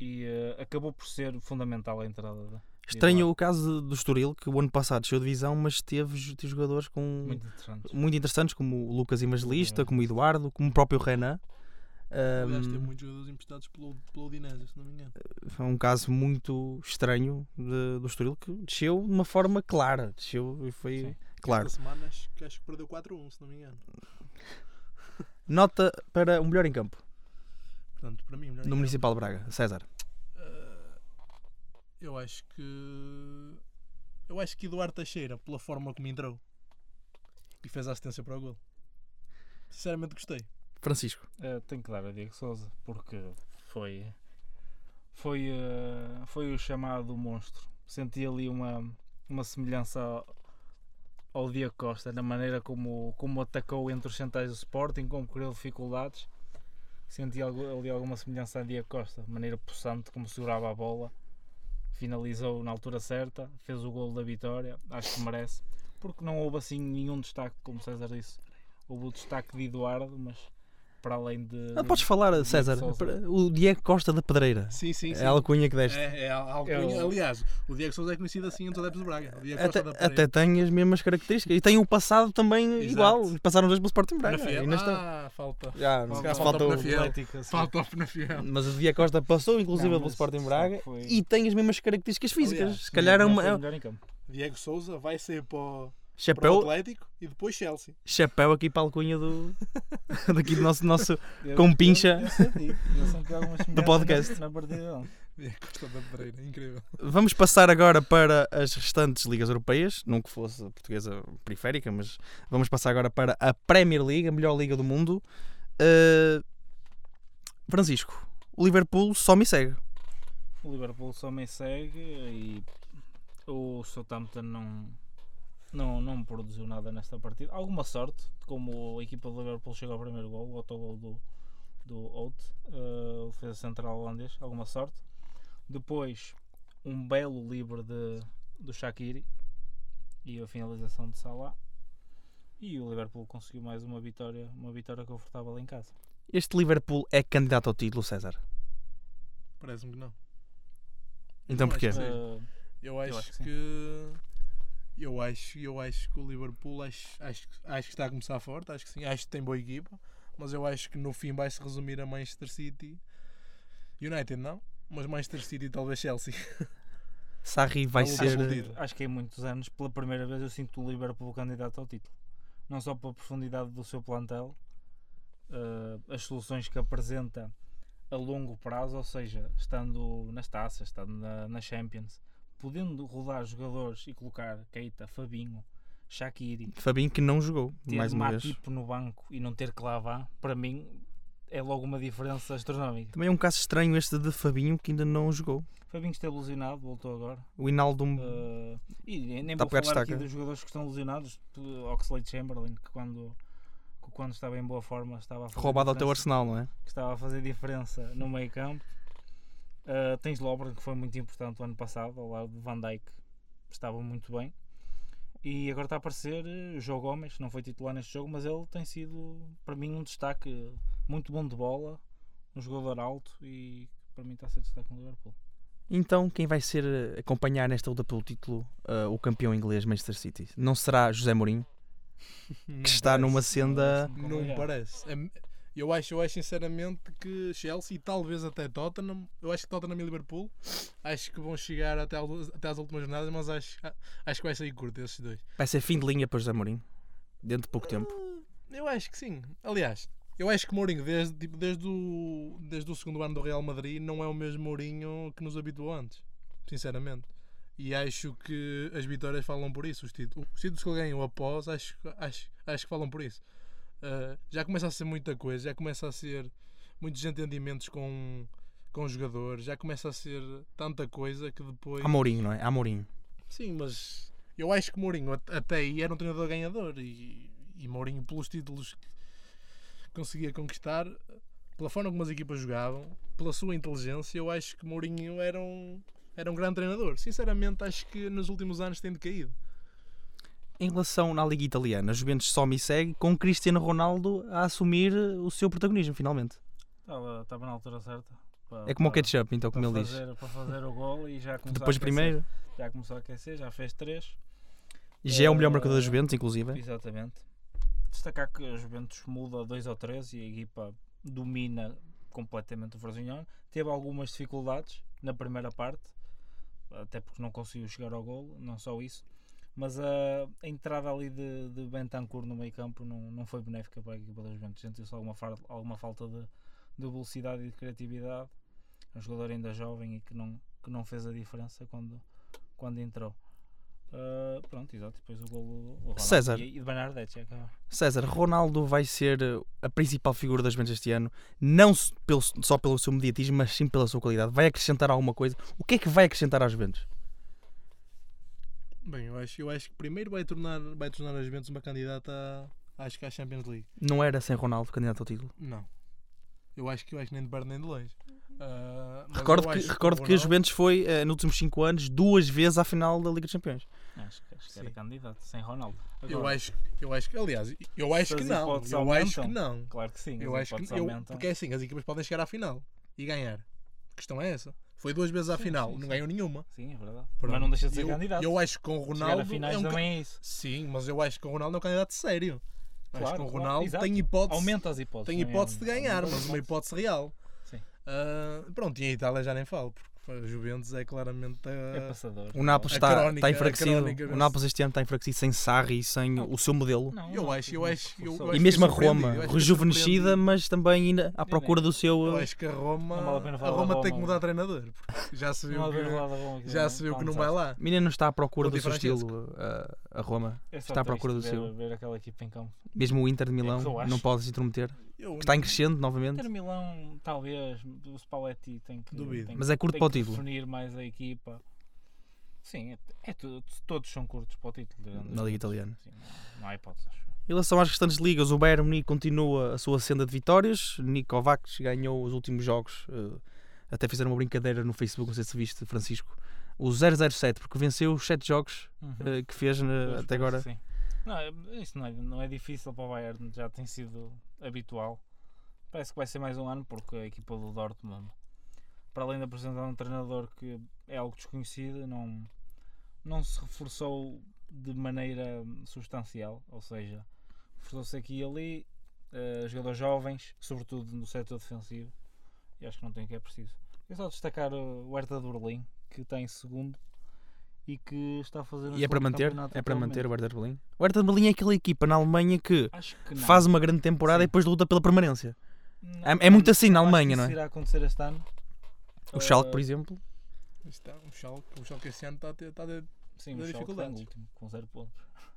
e eh, acabou por ser fundamental a entrada. de- de
Estranho
Eduardo.
o caso do Estoril, que o ano passado desceu de divisão, mas teve, jo- teve jogadores com
Muito
muito.
interessante.
interessantes, como o Lucas Evangelista,
Exatamente.
como o Eduardo, como o próprio Renan.
Aliás,
Ahm,
teve muitos jogadores emprestados pelo, pelo Udinese, se não me engano.
foi um caso muito estranho de- do Estoril, que desceu de uma forma clara. Desceu e foi
Sim.
claro.
Esta semana acho, que- acho que perdeu 4-1, se não me engano.
Nota para o melhor em campo,
Portanto, para mim, melhor é
no
em
Municipal de Braga, César.
Ah, eu acho que. Eu acho que Eduardo Teixeira, pela forma como entrou e fez a assistência para o gol. Sinceramente gostei.
Francisco.
Eh, tenho que dar a Diego Souza porque foi foi eh, foi o chamado monstro senti ali uma uma semelhança ao, ao Diego Costa na maneira como como atacou entre os centrais do Sporting como criou dificuldades senti algo, ali alguma semelhança a Diego Costa maneira possante como segurava a bola finalizou na altura certa fez o gol da vitória acho que merece porque não houve assim nenhum destaque como César disse houve o destaque de Eduardo mas para além de
Ah, podes falar,
Diego
César,
Sousa.
para- o Diego Costa da Pedreira.
Sim, sim,
É a alcunha que deste.
É, é a alcunha.
Eu-
Aliás, o Diego Souza é conhecido assim entre os adeptos de Braga. O Diego
Até,
Costa da Pereira.
até tem as mesmas características. E tem um passado também
Exato.
igual. Passaram os dois pelo Sporting Braga.
Penafiel.
Ainda estão.
Ah, falta.
Já,
se
não-
calhar
falta
falta o
o-
Penafiel.
Atlético, assim.
Falta ao Penafiel.
Mas o Diego Costa passou, inclusive,
Não,
pelo
mas
Sporting
só
Braga.
foi-
E tem as mesmas características físicas.
Aliás,
Se calhar é
Não
uma.
foi
é-
o melhor em campo.
Diego Souza vai sair para o, para o
Chapéu,
Atlético e depois Chelsea.
chapéu aqui para a alcunha do. daqui do nosso. nosso...
Eu-
Com
eu-
pincha.
eu senti, eu senti algumas semelhanças
podcast.
Na, na partida dele.
Diego Costa da Pereira, incrível.
Vamos passar agora para as restantes ligas europeias. Não que fosse portuguesa periférica, mas vamos passar agora para a Premier League, a melhor liga do mundo. Uh, Francisco, o Liverpool só me segue.
O Liverpool só me segue e o Southampton não, não, não produziu nada nesta partida. Alguma sorte, como a equipa do Liverpool chegou ao primeiro gol, o autogol do, do Oat, eh, o defesa central holandês, alguma sorte. Depois, um belo livre de, do Shaqiri e a finalização de Salah. E o Liverpool conseguiu mais uma vitória, uma vitória confortável em casa.
Este Liverpool é candidato ao título, César.
Parece-me que não.
Então
Eu acho
porquê?
que sim.
Eh,
Eu acho,
acho que
que,
sim.
eu acho, eu acho que o Liverpool acho, acho, que- acho que está a começar forte, acho que sim, acho que tem boa equipa, mas eu acho que no fim vai se resumir a Manchester City. United não, mas Manchester City e talvez Chelsea.
Sarri vai
Algo
ser.
confundido.
acho que em muitos anos, pela primeira vez, eu sinto o Liverpool candidato ao título. Não só pela profundidade do seu plantel, eh, as soluções que apresenta a longo prazo, ou seja, estando nas taças, estando na, na Champions, podendo rodar jogadores e colocar Keita, Fabinho, Shaqiri,
Fabinho que não jogou,
ter
é
mais uma vez.
Matip no banco e não ter Clavá, para mim é logo uma diferença astronómica.
Também é um caso estranho este de Fabinho que ainda não jogou.
Fabinho está ilusionado, voltou agora.
O um Inaldum.
Uh, e nem nem
Tá
vou
a pegar
falar
destaque,
aqui
né?
dos jogadores que estão lesionados. do Oxlade Chamberlain, que quando, que quando estava em boa forma estava a fazer
roubado ao teu
diferença-
arsenal, não é?
que estava a fazer diferença no meio campo. Uh, tens Lobren, que foi muito importante o ano passado, ao lado de Van Dijk, estava muito bem. E agora está a aparecer eh, o João Gomes, não foi titular neste jogo, mas ele tem sido, para mim, um destaque muito bom de bola, um jogador alto e para mim está a ser destaque no Liverpool.
Então, quem vai ser eh, acompanhar nesta luta pelo título eh, o campeão inglês Manchester City? Não será José Mourinho, que está numa senda.
Parece-me
Não me
complicado.
parece. É- eu, acho, eu acho sinceramente que Chelsea e talvez até Tottenham, eu acho que Tottenham e Liverpool, acho que vão chegar até, ao- até às últimas jornadas, mas acho, acho que vai sair curto esses dois.
Vai ser fim de linha para José Mourinho, dentro de pouco tempo.
Eu acho que sim. Aliás, eu acho que Mourinho, desde, tipo, desde, o, desde o segundo ano do Real Madrid, não é o mesmo Mourinho que nos habituou antes. Sinceramente. E acho que as vitórias falam por isso. Os títulos, os títulos que ele ganhou após, acho, acho, acho que falam por isso. Ah, já começa a ser muita coisa, já começa a ser muitos entendimentos com, com os jogadores, já começa a ser tanta coisa que depois.
Há Mourinho, não é? Há Mourinho.
Sim, mas eu acho que Mourinho at- até aí era um treinador ganhador e, e Mourinho pelos títulos que conseguia conquistar, pela forma como as equipas jogavam, pela sua inteligência, eu acho que Mourinho era um, era um grande treinador. Sinceramente, acho que nos últimos anos tem decaído.
Em relação à Liga Italiana, a Juventus só me segue com Cristiano Ronaldo a assumir o seu protagonismo, finalmente.
Estava, estava na altura certa. para-
É como o
para-
ketchup, então,
para
como ele diz.
fazer, Para fazer o gol e já começou
Depois,
a aquecer.
primeiro,
Já começou a aquecer, já fez três.
e já é o melhor
Eh,
marcador da Juventus, inclusive.
Exatamente. Destacar que a Juventus muda dois ou três e a equipa domina completamente o Frosinone. Teve algumas dificuldades na primeira parte, até porque não conseguiu chegar ao gol, não só isso. Mas a, a entrada ali de, de Bentancur no meio campo não, não foi benéfica para a equipa da Juventus. Sentiu-se alguma, far- alguma falta de, de velocidade e de criatividade. É um jogador ainda jovem e que não, que não fez a diferença quando, quando entrou. Ah, pronto, exato. Depois o gol o Ronaldo
César.
E, e de é Bernardetti acaba.
César, Ronaldo vai ser eh, a principal figura das Juventus este ano, não s- pelo- só pelo seu mediatismo, mas sim pela sua qualidade. Vai acrescentar alguma coisa? O que é que vai acrescentar às Juventus?
Bem, eu acho, eu acho que primeiro vai tornar, vai tornar a Juventus uma candidata à, acho que à Champions League.
Não era sem Ronaldo candidato ao título.
Não. Eu acho que eu acho que nem de perto nem de longe. Ah, mas
Recordo
eu
que,
acho
recordo
o
que a
Ronaldo-
Juventus foi, eh, nos últimos 5 anos, duas vezes à final da Liga dos Campeões.
Acho, que- acho que era
Sim.
candidato, sem Ronaldo.
Eu
Agora,
acho, eu acho que, aliás, eu acho
as
que não.
hipóteses
Eu acho que
aumentam,
não.
Claro que sim,
Eu
as
acho que
hipóteses
eu,
aumentam.
porque é assim, as equipas podem chegar à final e ganhar. A questão é essa. Foi duas vezes à
Sim,
final,
sim,
não
sim.
ganhou nenhuma.
Sim, é verdade.
Pronto.
Mas não deixa de ser
eu,
candidato.
Eu acho que com o
Chegar a
Ronaldo
finais
é um ca-
também é isso.
Sim, mas eu acho que com o Ronaldo é um candidato sério. acho
Claro,
que com o
claro,
Ronaldo
exato.
tem hipótese,
Aumenta as hipóteses.
tem
não é?
hipótese de ganhar,
Aumenta as
mas uma
hipóteses.
hipótese real.
Sim.
Ah, pronto, e a Itália já nem falo, porque a Juventus é claramente
É
a,
passador.
O Nápoles
A
está,
crónica-
está
a
enfraquecido.
crónica
O
vence.
Nápoles este ano está enfraquecido sem Sarri e sem o seu modelo.
Não,
Eu
não,
acho, eu
não,
acho- eu-
forçou.
eu
E
acho-
mesmo a
fiquei surpreendido,
Roma,
eu acho que
rejuvenescida,
surpreendido.
mas também ainda à procura do seu.
eu
eh,
acho que a Roma,
Não vale a pena
a
falar da
Roma
Roma,
tem que mudar
não.
treinador, porque já se viu
Não há dois
que,
lados bons aqui,
já se viu
Tá
que
um
não vai
desastre.
lá.
Menina não está à procura
Conte
do seu
Francesco.
estilo, eh, a Roma.
É só
Está à procura
triste
do
ver, ver aquela equipa em campo.
Mesmo o
É
Inter de Milão
que eu acho.
não pode se intrometer.
Eu- né?
Está tá em crescendo novamente.
Inter Milão, talvez, o Spalletti tem que.
Duvido.
Tem que-
Mas é curto
tem
para o
que
título.
definir mais a equipa. Sim, é, é tudo- todos são curtos para o título. digamos. assim.
Na Liga Italiana.
Sim, não, não há hipóteses. acho.
Em relação às restantes ligas, o Bayern Munique continua a sua senda de vitórias. Nico Kovacs ganhou os últimos jogos. eh, Até fizeram uma brincadeira no Facebook, não sei se viste, Francisco. O 007, porque venceu os 7 jogos
Uhum.
eh, que fez eh,
Eu
até
espero
agora.
que sim. Não, é- isso não é, não é difícil para o Bayern, já tem sido habitual. Parece que vai ser mais um ano porque a equipa do Dortmund, para além de apresentar um treinador que é algo desconhecido, não, não se reforçou de maneira substancial, ou seja, reforçou-se aqui e ali, eh, jogadores jovens, sobretudo no setor defensivo, e acho que não tem o que é preciso. Eu só destacar o o Hertha de Berlim, que está em segundo e que está a fazer um
E é para
excelente
manter,
campeonato
é para
atualmente.
manter o Hertha de Berlim. O Hertha de Berlim é aquela equipa na Alemanha que
Acho que não.
faz uma grande temporada
Sim.
e depois luta pela permanência.
Não,
É- é muito
não
assim na
acho que
Alemanha,
isso
não é?
irá acontecer este ano.
O Schalke,
Eh,
por exemplo,
Está, o Schalke, é um o Schalke este ano está a ter, está a ter-
Sim,
da
o Schalke está em
dificuldades.
último, com 0 pontos.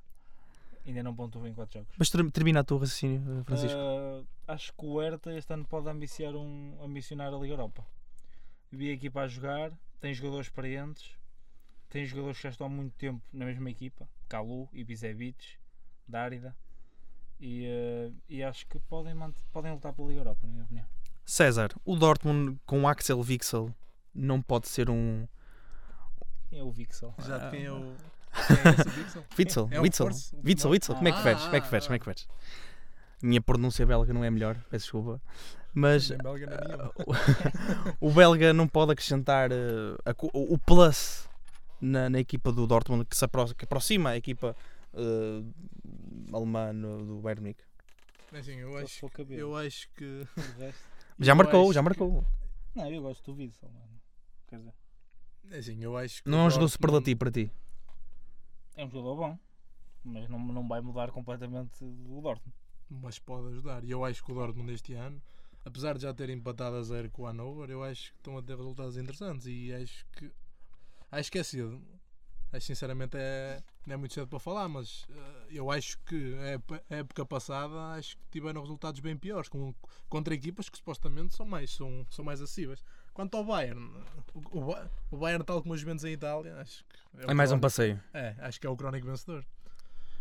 Ainda não pontuou em 4 jogos.
mas ter- termina a tua raciocínio, eh, Francisco.
Eh, acho que o Herta este ano pode ambiciar, um, ambicionar a Liga Europa. Vi a equipa a jogar, tem jogadores experientes, tem jogadores que já estão há muito tempo na mesma equipa, Kalu, Ibisevic, Dárida, e, eh, e acho que podem, mant- podem lutar pela Liga Europa, na minha opinião.
César, o Dortmund com o Axel Witsel não pode ser um.
Quem é o Vixel?
já
Ah,
de quem é o.
Witzel,
É um
Witzel,
reforço?
Witzel, Witzel, como é que
Ah,
fez? Como é que
ah,
fez?
ah.
Como é que fez? Minha pronúncia belga não é melhor, peço desculpa. Mas
Em Belga não é nenhum.
o belga não pode acrescentar eh, a co- o o plus na, na equipa do Dortmund que, se apro- que aproxima a equipa eh, alemã no- do Bayern Munique.
Mas, assim, eu
Só se
acho,
for cabelo.
eu acho que.
O resto-
Já
eu
marcou,
acho
já
que-
marcou.
Não, eu gosto do Witzel, mano. Quer dizer,
Assim, eu acho que
Não é
o
um jogador
Dortmund-
superlativo para ti.
é um jogador bom, mas não, não vai mudar completamente o Dortmund.
mas pode ajudar. E eu acho que o Dortmund este ano, apesar de já ter empatado a zero com o Hanover, eu acho que estão a ter resultados interessantes e acho que acho que é cedo. Acho sinceramente é, não é muito cedo para falar, mas eh, eu acho que a ép- a época passada acho que tiveram resultados bem piores com, contra equipas que supostamente são mais, são, são mais acessíveis. Quanto ao Bayern, o, o Ba- o Bayern, tal como os Juventus em Itália, acho que o
É mais um
crónico-
passeio.
é, acho que é o crónico vencedor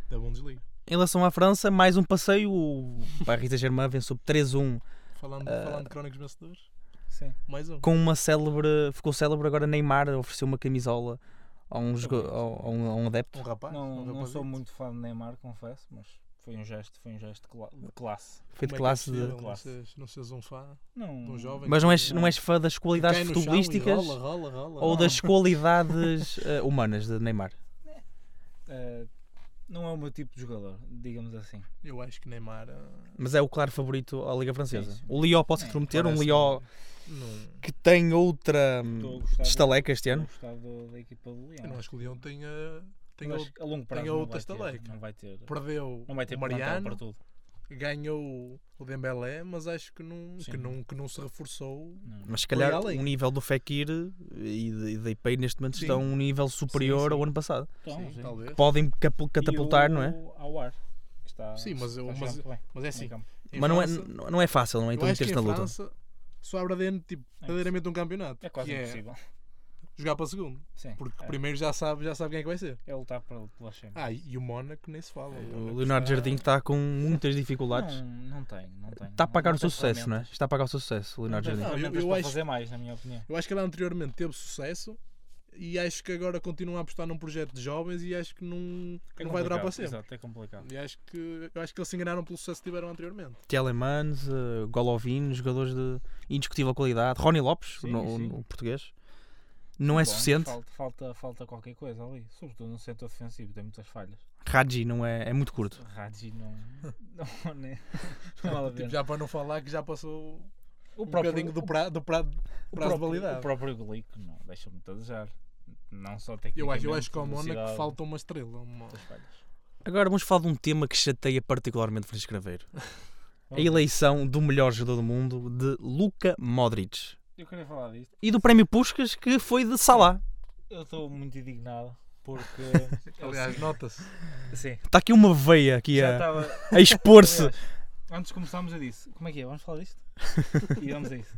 da Bundesliga.
Em relação à França, mais um passeio. O Paris Saint-Germain venceu por 3-1
Falando,
Ah.
falando de crónicos vencedores,
Sim.
mais um.
com uma célebre. Ficou célebre agora Neymar, ofereceu uma camisola a um, jogo- a- a um- a um adepto.
Um rapaz.
Não,
um
não sou
rapazito.
muito fã de Neymar, confesso, mas foi um gesto, foi um gesto cla- de classe.
Foi de
Como é que é
classe
possível
de.
Não
classe.
seres, não seres um fã.
Não,
Um jovem.
Mas não és, não és fã das qualidades
Cai no chão e
futebolísticas
Rola, rola, rola.
ou
rola.
das qualidades eh, humanas de Neymar?
eh, não é o meu tipo de jogador, digamos assim.
Eu acho que Neymar. ah,
Mas é o claro favorito à Liga Francesa.
Sim, sim.
O Lyon posso
É,
prometer, um
parece-me-
Lyon
Não,
que tem outra hum,
Estou a gostar do-
estaleca este
estou a
ano.
gostar do- da equipa do
eu não
Leão.
acho que o Leão tenha. tenha
Mas a longo prazo
tenho
não,
outra
vai ter,
estaleca.
não vai ter.
perdeu
Não vai ter
o
plantel
Mariano,
para tudo.
ganhou o Dembélé, mas acho que não,
Sim.
que não, que não se reforçou.
Não.
Mas se calhar
além.
o nível do Fekir eh, e de- e da IPEI neste momento
Sim.
estão a um nível superior
sim.
ao ano passado.
Então,
sim,
sim.
talvez.
Podem capu- catapultar,
E o-
não é?
Ao ar. que Está,
Sim, mas eu-
está
mas-
jogando bem
Mas é
no
assim.
campo.
em
Mas não é,
França-
não não é fácil, não é?
Eu acho que
Intermeter-se na
em
luta.
França só abre dentro, tipo, verdadeiramente um campeonato.
É quase
que
impossível.
jogar para segundo.
Sim.
Porque
é,
primeiro já sabe, já sabe quem é que vai ser.
é lutar pela, pela Champions.
Ah, e o Mónaco nem se fala. o
O
Mónaco
Leonardo
está-
Jardim está com muitas dificuldades.
não, não tem, não tem.
Está a
Não-
pagar
não
o seu
tem
sucesso, não é?
ferramentas.
Está a pagar o seu sucesso, o
Não
Leonardo
tem
Jardim.
Não, eu-
ferramentas
eu
para
acho-
fazer mais, na minha opinião.
Eu acho que ela anteriormente teve sucesso e acho que agora continua a apostar num projeto de jovens e acho que não, que não vai durar para
é complicado,
sempre.
Exato, é complicado.
E acho que, eu acho que eles se enganaram pelo sucesso que tiveram anteriormente.
Telemans, eh, Golovin, jogadores de indiscutível qualidade. Rony Lopes,
Sim,
no,
sim.
no português. Não é
Bom,
suficiente.
Falta, falta, falta qualquer coisa ali. Sobretudo no setor defensivo, tem muitas falhas.
Raji não é, é muito curto.
Radji não. Não, nem- não vale a
Tipo,
pena.
já para não falar que já passou
O
um bocadinho do, pra, do pra-
o
prazo de
próprio-
validade.
O próprio Glico não deixa-me a desejar. Não só tecnicamente.
Eu acho, eu acho que ao Mónaco
velocidade,
falta uma estrela. uma-
muitas falhas.
Agora vamos falar de um tema que chateia particularmente Francisco Craveiro. A
Vamos ver.
eleição do melhor jogador do mundo de Luka Modric.
Eu queria falar disto.
E do prémio Puskas que foi de Salah.
Eu estou muito indignado porque.
Aliás, nota-se.
Sim,
Está aqui uma veia aqui
já tá.
a,
estava.
a expor-se.
Aliás, Antes de começarmos, eu disse: Como é que é? Vamos falar disto? E vamos a isso.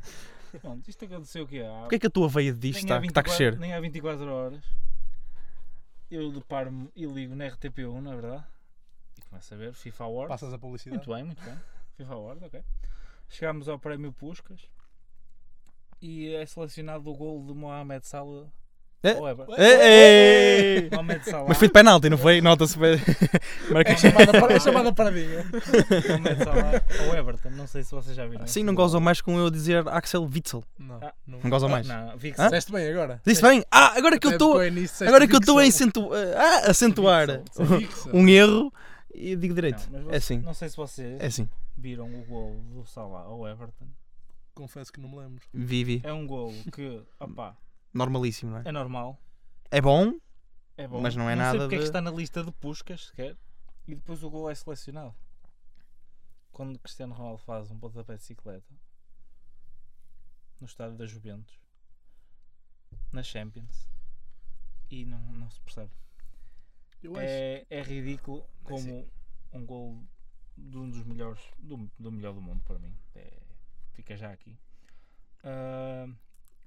Pronto, isto aconteceu o que é?
Porquê é que a tua veia disto
há
está, está a
24
crescer?
Nem há 24 horas. Eu deparo-me e ligo na RTP1, na um, é verdade. E começo a ver FIFA Awards.
Passas a publicidade.
Muito bem, muito bem. FIFA Awards, ok. Chegámos ao prémio Puscas. E é selecionado o gol de Mohamed Salah.
É?
Ou Ever.
Ei!
Mohamed Salah.
Mas foi de penalti, não foi? Nota-se. bem. Marca-
É chamada, para- é chamada paradinha.
Mohamed Salah. Ou Everton. Não sei se vocês já viram.
Sim, não gozam mais com eu dizer Axel Witzel.
Não,
Ah.
não.
Não gozam mais.
Não, vi que
Hã?
Disseste bem agora.
Disse bem? Ah, agora que eu
Até
estou.
ficou em nisso, disseste
Agora que eu estou a
ficção.
acentu- eh, ah, a acentuar
Fixa.
um erro, eu digo
Não,
direito.
mas
É
vocês-
assim.
Não sei se vocês
É assim.
viram o gol do Salah ao Everton.
Confesso que não me lembro.
Vivi.
É um gol que, opá,
Normalíssimo, não é?
é normal.
É bom,
É bom.
Mas não é
sei
nada
porque é
de-
que está na lista de puscas sequer. E depois o gol é selecionado. Quando Cristiano Ronaldo faz um pontapé de bicicleta no estádio da Juventus, na Champions, e não, não se percebe.
Eu acho.
É, é ridículo como um gol de um dos melhores, do, do melhor do mundo para mim. É- fica já aqui. Ah,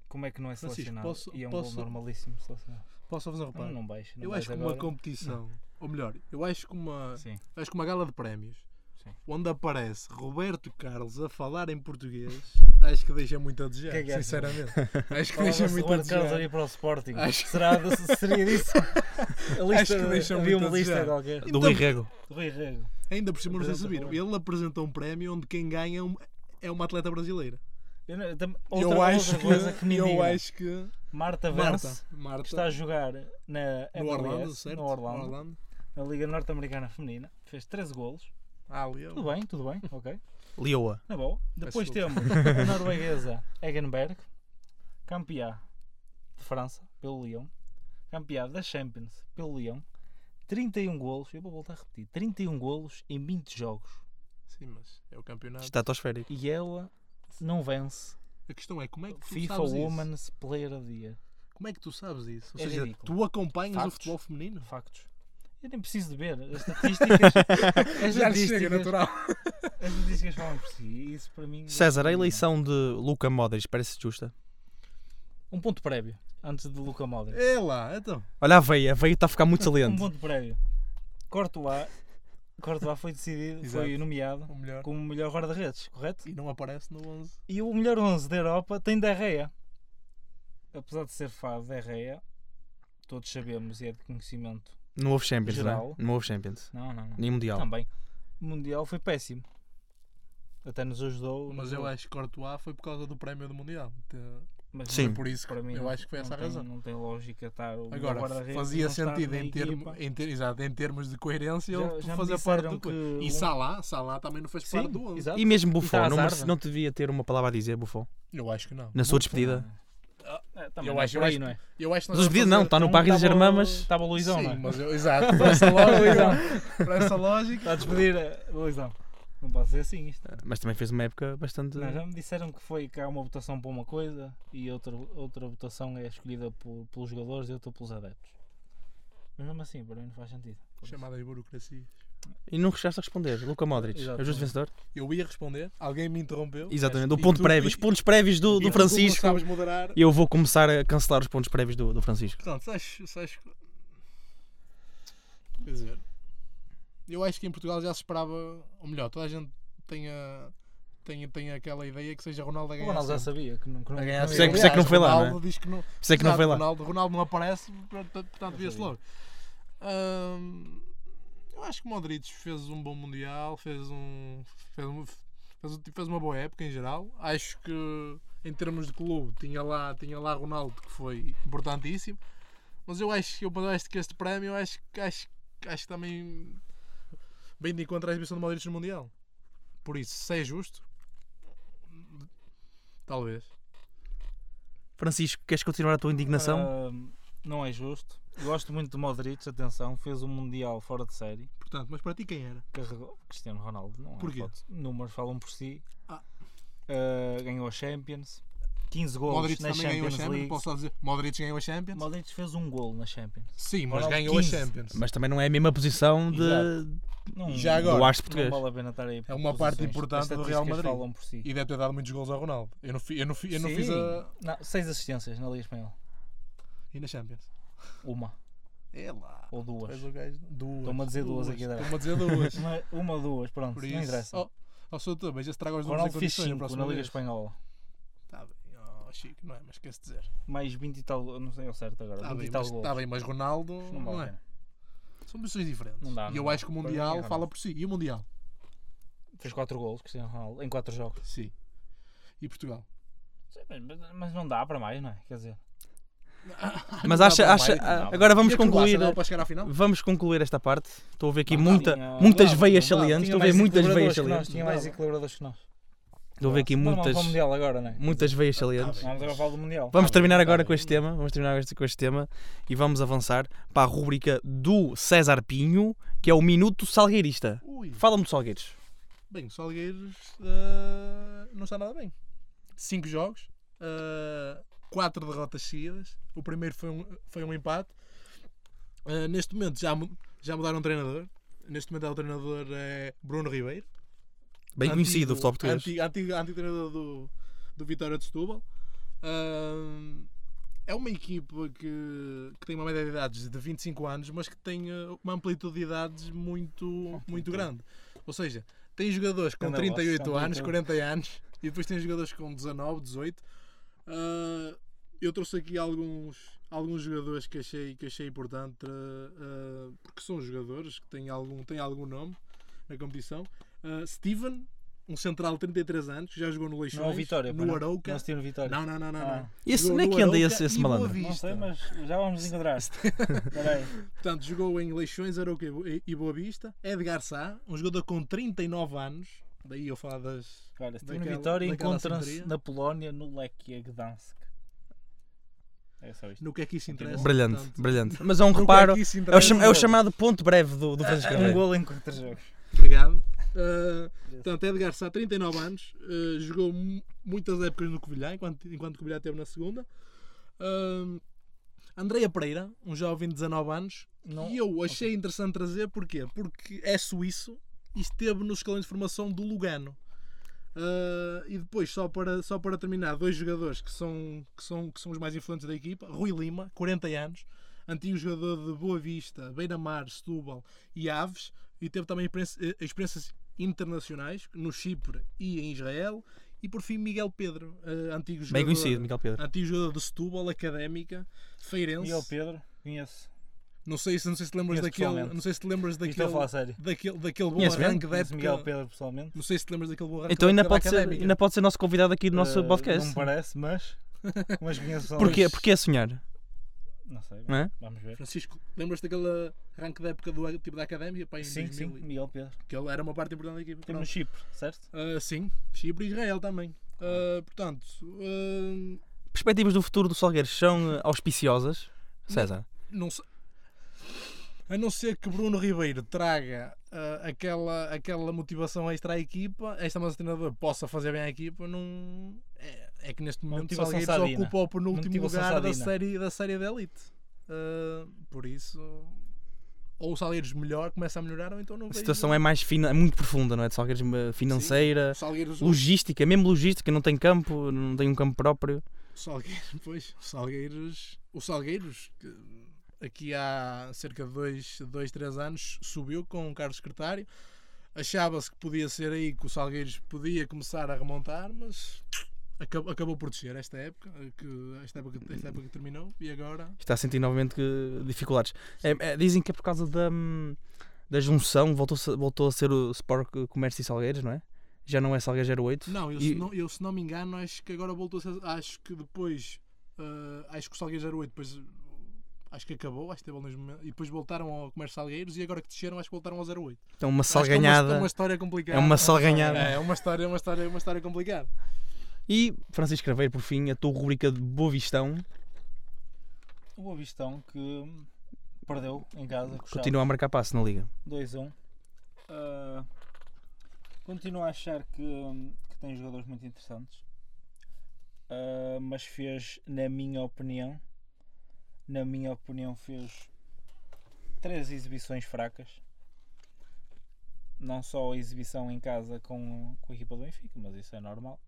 como é que não é
Francisco,
selecionado?
posso-
e é um
posso-
gol normalíssimo selecionado.
Posso fazer um
Não,
reparo?
não baixa. Não
Eu
baixa
acho que uma
agora.
competição, ou melhor, eu acho que uma,
Sim.
acho que uma gala de prémios
Sim.
onde aparece Roberto Carlos a falar em português, acho que deixa muito a desejar,
Que é que é?
sinceramente. acho que
Falava-se
deixa
do
muito a
Roberto Carlos
desejar.
ali para o Sporting.
Acho-
Será de- seria disso? A
Acho que deixa
havia
muito
uma
a
lista
desejar.
qualquer.
do Rui Rego.
Do Rui Rego.
Ainda por cima, não sei se
Apresenta,
viram, ele apresentou um prémio onde quem ganha é um- é uma atleta brasileira.
Eu não- tam-
eu
outra,
acho
outra coisa que, me
eu
indigna.
acho que
Marta Vance,
Marta, Marta
que está a jogar na MLS,
no Orlando, certo?
no Orlando, na Liga Norte-Americana Feminina, fez 13 golos.
Ah, ali,
Tudo bem, tudo bem, ok.
Lioa.
Na boa. Depois
desculpa.
temos a norueguesa Egenberg, campeã de França pelo Lyon, campeã da Champions um pelo Lyon, 31 golos, eu vou voltar a repetir, 31 golos em 20 jogos.
Sim. sim, mas é o campeonato.
Estratosférico.
E ela não vence
A questão é como é que tu
FIFA
sabes isso?
Women's Player of the Year.
Como é que tu sabes isso? Ou
É
seja,
ridículo.
tu acompanhas o
Factos.
futebol feminino?
Factos. Eu nem preciso de ver. As estatísticas, as
Já lhe chega
estatísticas,
natural.
as estatísticas falam por si. E Isso para mim. é
César, a eleição de Luca Modric parece justa.
Um ponto prévio antes de Luca Modric.
É lá, então.
Olha a veia, a veia está a ficar muito
Um
saliente.
ponto prévio. Courtois, Courtois foi decidido, foi
Exato.
nomeado
O melhor.
como o melhor guarda-redes, correto?
E não aparece no 11.
E o melhor 11 da Europa tem Derreia. Apesar de ser fado Derreia, todos sabemos e é de conhecimento.
Não houve Champions,
Geral.
não é? Não houve Champions.
Não, não, não.
Nem Mundial.
Também. O Mundial foi péssimo. Até nos ajudou.
Mas
nos
eu
ajudou.
acho que Courtois foi por causa do prémio do Mundial. Te-
Mas
Sim.
não-
Por isso,
Para mim,
eu
não-
acho que foi
não
essa a
tem-
razão.
Não tem lógica estar o
Agora,
guarda-redes
fazia
não estar
sentido
na
em, termo-
equipa.
em ter- exato, em termos de coerência
Já-
ele
já me
fazer parte
disseram
do...
que
E
um-
Salah, Salah também não fez
Sim,
parte do 11.
exato.
E mesmo
E tá
Buffon,
à
não, mer-
zarda.
não devia ter uma palavra a dizer, Buffon.
Eu acho que não.
Na sua despedida.
Ah, também
Eu
não é
acho-
por
eu
aí,
acho-
não é?
Eu acho
Mas os
que nós vamos
pedidos
fazer-
não, está no
Então
Paris
tava-
Saint-Germain, mas...
Estava o Luizão,
Sim,
não é?
mas eu, exato, por essa lógica, por essa lógica.
Está a despedir eh, o Luizão. Não pode ser assim isto.
Mas também fez uma época bastante...
Não, já me disseram que foi que há uma votação para uma coisa e outra, outra votação é escolhida por- pelos jogadores e outra pelos adeptos. Mas mesmo assim, para mim não faz sentido. Por isso.
Chamada de burocracia.
E não chegaste a responder. Luca Modric, é
Exato.
o justo vencedor?
Eu ia responder, alguém me interrompeu.
Exatamente.
E
O ponto
tu-
prévio,
e-
os pontos prévios do,
e
do
tu não
Francisco.
sabes moderar.
Eu vou começar a cancelar os pontos prévios do, do Francisco.
Portanto, sabes, sabes... que- Quer dizer, eu acho que em Portugal já se esperava, ou melhor, toda a gente tem, a, tem, tem aquela ideia que seja Ronaldo a
O
ganhar.
Ronaldo já
sempre.
sabia que não, que não,
A
que
ganhar
não
Sei
ia
é que-
ganhar.
sei que não foi lá, né?
Ronaldo
não
diz que não,
Sei que não
Exato,
foi lá.
Ronaldo, Ronaldo não aparece, portanto, portanto vê-se
foi.
logo. Ahm, eu acho que Modric fez um bom Mundial, fez um. Fez, um- fez, um- fez uma boa época em geral. Acho que em termos de clube tinha lá, tinha lá Ronaldo que foi importantíssimo. Mas eu acho que eu acho que este prémio eu acho, que- acho, que- acho que também bem de encontro à exibição do Modric no Mundial. Por isso, se é justo, talvez.
Francisco, queres continuar a tua indignação?
Ahm, não é justo. Gosto muito de Modric, atenção, fez um Mundial fora de série.
Portanto, mas para ti quem era?
carregou Cristiano Ronaldo, não é?
Porquê?
hipótese. Números falam por si.
Ah.
Uh, ganhou a Champions, 15 gols
Modric
na
também ganhou a
Champions
Champions,
League.
posso só dizer. Modric ganhou a Champions?
Modric fez um gol na Champions.
Sim, mas
Ronaldo
ganhou
15.
a Champions.
Mas também não é a mesma posição de,
Exato.
Não,
E já agora?
do Arce
não
português.
vale a pena estar aí. por
É uma parte
posições.
importante
As
do Real
estatísticas
Madrid.
falam por si.
E deve ter dado muitos gols ao Ronaldo. Eu não, fi, eu não, fi, eu não
Sim.
fiz a.
Não, seis assistências na Liga Espanhola.
E na Champions?
Uma
É lá.
ou duas.
Mas o gajo- Duas.
Estão-me a dizer duas aqui, dá.
Estou-me a dizer duas.
Uma- Uma ou duas, pronto,
Por
não
isso.
interessa.
Oh, oh Souto, mas esse traga os números em
Ronaldo fez
condições na
5
próxima
na Liga
vez.
Espanhola.
Está bem. Oh, Chico, não é? Mas esquece de dizer.
Mais 20 e tal, eu não sei ao certo agora.
Está
20
bem,
e tal
mas,
gols.
tá bem, mas Ronaldo.
Não
Não
vale a
é?
pena.
São pessoas diferentes.
Não dá,
e
não
eu
dá.
acho que o
Para mim é
Mundial
Ronaldo.
fala por si. E o Mundial?
Fez 4 gols, Cristiano Ronaldo, em 4 jogos.
Sim. E Portugal?
Sim, mas- Mas não dá para mais, não é? Quer dizer.
Mas
Não
acha,
dá para
acha, ah,
mais,
dá.
agora vamos
E a Croácia,
concluir.
dava para chegar à final?
Vamos concluir esta parte. Estou a ver aqui
Não,
muita,
Ah, tinha- um
muitas
não,
veias
não,
salientes.
Tinha
Estou a ver
mais
muitas veias
equilibradores que nós,
salientes.
tinha mais equilibradores que nós.
Estou a ver aqui
Mas não vamos
muitas,
para o Mundial agora, não é?
muitas veias salientes.
Vamos agora falar do Mundial.
Vamos
Tá bem,
terminar
tá
agora
bem.
com este tema, vamos terminar este- com este tema e vamos avançar para a rúbrica do César Pinho, que é o Minuto Salgueirista.
Ui.
Fala-me de Salgueiros.
Bem, o Salgueiros ah, não está nada bem. Cinco jogos, ah, quatro derrotas seguidas. O primeiro foi um, foi um empate. Ah, neste momento já, mu- já mudaram de treinador. Neste momento é o treinador é Bruno Ribeiro.
Bem
Antigo-
conhecido do futebol português.
Antigo, antigo, antigo treinador do, do Vitória de Setúbal. Ahm, é uma equipa que, que tem uma média de idades de 25 anos, mas que tem ah, uma amplitude de idades muito, muito grande. Ou seja, tem jogadores com
Grande abraço,
38
amplitude.
anos, 40 anos, e depois tem jogadores com 19, 18. Ah, eu trouxe aqui alguns, alguns jogadores que achei, que achei importante, ah, ah, porque são jogadores que têm algum, têm algum nome na competição. Ah, Steven, um central de 33 anos, que já jogou no Leixões,
Não é o Vitória, pá,
no
não?
Arouca.
Não se tira no Vitória.
Não, não, não, não. não.
Ah.
Esse-
Jogou
onde é
no
que anda
Arouca
esse- esse
e Boa
malandro?
Não
Vista.
sei, mas já vamos encontrar. Espera aí.
Portanto, jogou em Leixões, Arouca e Bo- e- e Boa Vista. Edgar Sá, um jogador com 39 anos. Daí eu falar das...
Olha, se tem no
Daquela-
Vitória
daquela
encontram-se
simetria.
na Polónia, no Lechia Gdansk. É só isto.
No que é que isso interessa.
Brilhante,
portanto.
brilhante. Mas é um
No que
reparo,
que isso
é o,
interessa.
cham- é o chamado ponto breve do, do Francisco
Um
Ribeiro.
gol em 4 jogos.
Obrigado. Uh, portanto, Edgar Sá, 39 anos, uh, jogou mu- muitas épocas no Covilhã, enquanto, enquanto o Covilhã esteve na segunda. Um, Andreia Pereira, um jovem de 19 anos,
Não-
e eu achei interessante trazer, porquê? Porque é suíço e esteve nos escalões de formação do Lugano. Uh, e depois, só para, só para terminar, dois jogadores que são, que, são, que são os mais influentes da equipa: Rui Lima, 40 anos, antigo jogador de Boa Vista, Beira-Mar, Setúbal e Aves, e teve também experiência- eh, experiências internacionais no Chipre e em Israel. E por fim, Miguel Pedro, eh, antigo jogador Ah,
Bem conhecido, Miguel Pedro.
antigo jogador de Setúbal, Académica, Feirense.
Miguel Pedro, conheço.
Não sei se não sei se te lembras
Conheço
daquele,
pessoalmente.
não sei se te lembras
E Estou a falar
daquele
sério.
daquele, daquele bom
Conheço bem,
arranque da
Conheço Miguel
época.
Pedro pessoalmente.
Não sei se te lembras daquele bom arranque.
Então ainda
da época
pode,
da
ser,
Académica.
ainsso pode ser nosso convidado aqui do nosso
Eh, Não
podcast.
me parece, mas. Mas conheço só-
Porquê, porquê sonhar?
Não sei.
Não é?
Vamos ver.
Francisco, lembras-te daquele arranque da época do tipo da Académica, pá, em
Sim, sim,
2000?
Miguel Pedro.
Que ele era uma parte importante da equipa.
Temos no Chipre, certo?
Ah, sim, Chipre e Israel também. Ah, portanto, ah,
Perspectivas do futuro do Salgueiros são eh, auspiciosas? César,
não sei. A não ser que Bruno Ribeiro traga ah, aquela, aquela motivação extra à equipa, esta massa treinador possa fazer bem à equipa, não. É, é que neste momento o
Motivação
Salgueiros
sadina.
ocupa o penúltimo
Motivação
lugar da
sadina.
série, da série da Elite. Ah, por isso, ou o Salgueiros melhor, começa a melhorar, ou então não
a
vejo.
situação é mais fina, é muito profunda, não é? De Salgueiros eh, financeira,
O Salgueiros, o
logística, mesmo logística, não tem campo, não tem um campo próprio.
Salgueiros, pois, o Salgueiros, o Salgueiros, que aqui há cerca de 2, dois, três anos, subiu com o Carlos Secretário. Achava-se que podia ser aí que o Salgueiros podia começar a remontar, mas acabou, acabou por descer esta época, eh, que, esta, época, esta época que terminou e agora.
Está a sentir novamente que- dificuldades. É- é, dizem que é por causa da, hum, da junção, voltou, voltou a ser o Sport Comércio e Salgueiros, não é? Já não é Salgueiros 08?
Não, eu,
E-
se, não, eu se não me engano, acho que agora voltou a ser. Acho que depois. ah, acho que o Salgueiros era 8, depois. uh, Acho que acabou, acho que teve alguns momentos. E depois voltaram ao Comércio Salgueiros e agora que desceram, acho que voltaram ao 08.
Então uma
Acho que é uma- É
salganhada.
uma, história
É
complicada.
uma salganhada.
É, é uma história, é uma história, é uma história complicada.
E Francisco Craveiro, por fim, a tua rubrica de Boa Vistão
O Avistão que perdeu em casa. com o Chaves.
continua a marcar passo na liga.
2-1. Ah, continuo a achar que, que tem jogadores muito interessantes, Ah, mas fez, na minha opinião, na minha opinião, fez três exibições fracas. Não só a exibição em casa com, com a equipa do Benfica, mas isso é normal.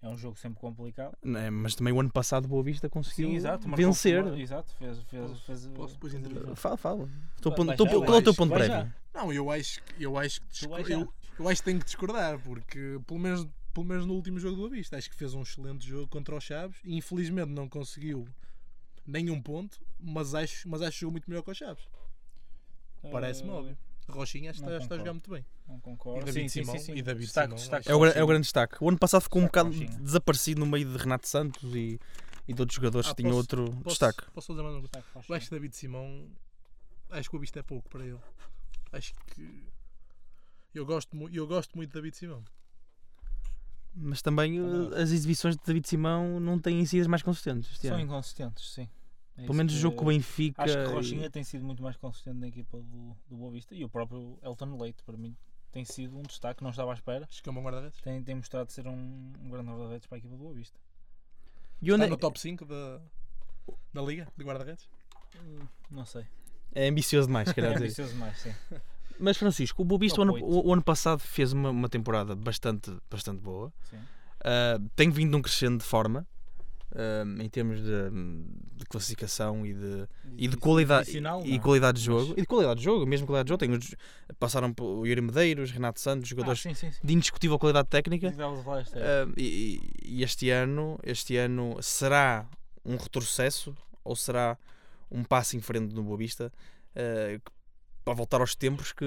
É um jogo sempre complicado.
Não é? Mas também o ano passado Boa Vista conseguiu
marcou- um
vencer.
Exato, fez, fez,
Posso-
fez,
posso depois
fez-
intervir?
Fala, fala. Teu
Vai-
ponto-
vai
teu
já,
ponto-
vai
qual é o teu
já.
ponto
Vai
prévio?
Não, eu acho, que- eu acho que discor-
vais já.
eu, eu acho que tenho que discordar, porque pelo menos, pelo menos no último jogo do Avista, acho que fez um excelente jogo contra o Chaves e infelizmente não conseguiu nenhum ponto, mas acho, mas acho que jogou muito melhor que o Chaves. Parece-me
Ah,
óbvio. Rochinha acho que
não
está, está
concordo.
a jogar muito bem.
Não concordo.
E David Simão, e David
destaque,
Simão,
destaque
É o, gra-
Jorginho.
é o grande destaque. O ano passado ficou um
Destaque
bocado
Jorginho.
desaparecido no meio de Renato Santos e, e de outros jogadores
Ah,
que tinham
posso-
outro
Posso,
Um destaque.
posso só dizer mais uma coisa?
Destaque
Eu
Jorginho.
acho que David Simão. Acho que o Avista é pouco para ele. Acho que. Eu gosto, mu- eu gosto muito de David Simão.
Mas também
Também
eh, as exibições de David Simão não têm sido as mais consistentes. este
São
ano.
inconsistentes, sim. É isso
Pelo menos o
que-
jogo com o Benfica.
Acho que
e-
Rochinha tem sido muito mais consistente na equipa do, do Boa Vista e o próprio Elton Leite, para mim, tem sido um destaque, não estava à espera.
Acho que é um bom guarda-redes.
Tem, tem mostrado ser um, um grande guarda-redes para a equipa do Boa Vista.
E onde
Está
é,
Tá no top 5 da, da liga de guarda-redes?
Não sei.
é ambicioso demais,
É
quer dizer.
ambicioso demais, sim.
Mas Francisco, o Boa Vista o
Top
ano,
oito.
o- o ano passado fez uma, uma temporada bastante, bastante boa.
sim.
Ah, tem vindo um crescendo de forma ah, em termos de, de classificação e de, e de
Ah,
qualidade
Adicional,
e
não. é?
qualidade de
Mas-
jogo e de qualidade de jogo mesmo qualidade de jogo tem os- passaram por Yuri Medeiros Renato Santos
Ah,
jogadores
sim, sim, sim.
de indiscutível qualidade técnica
Estava a falar isto aí.
Ah, e, e este ano este ano será um retrocesso ou será um passo em frente no Boa Vista ah, que- para voltar aos tempos que,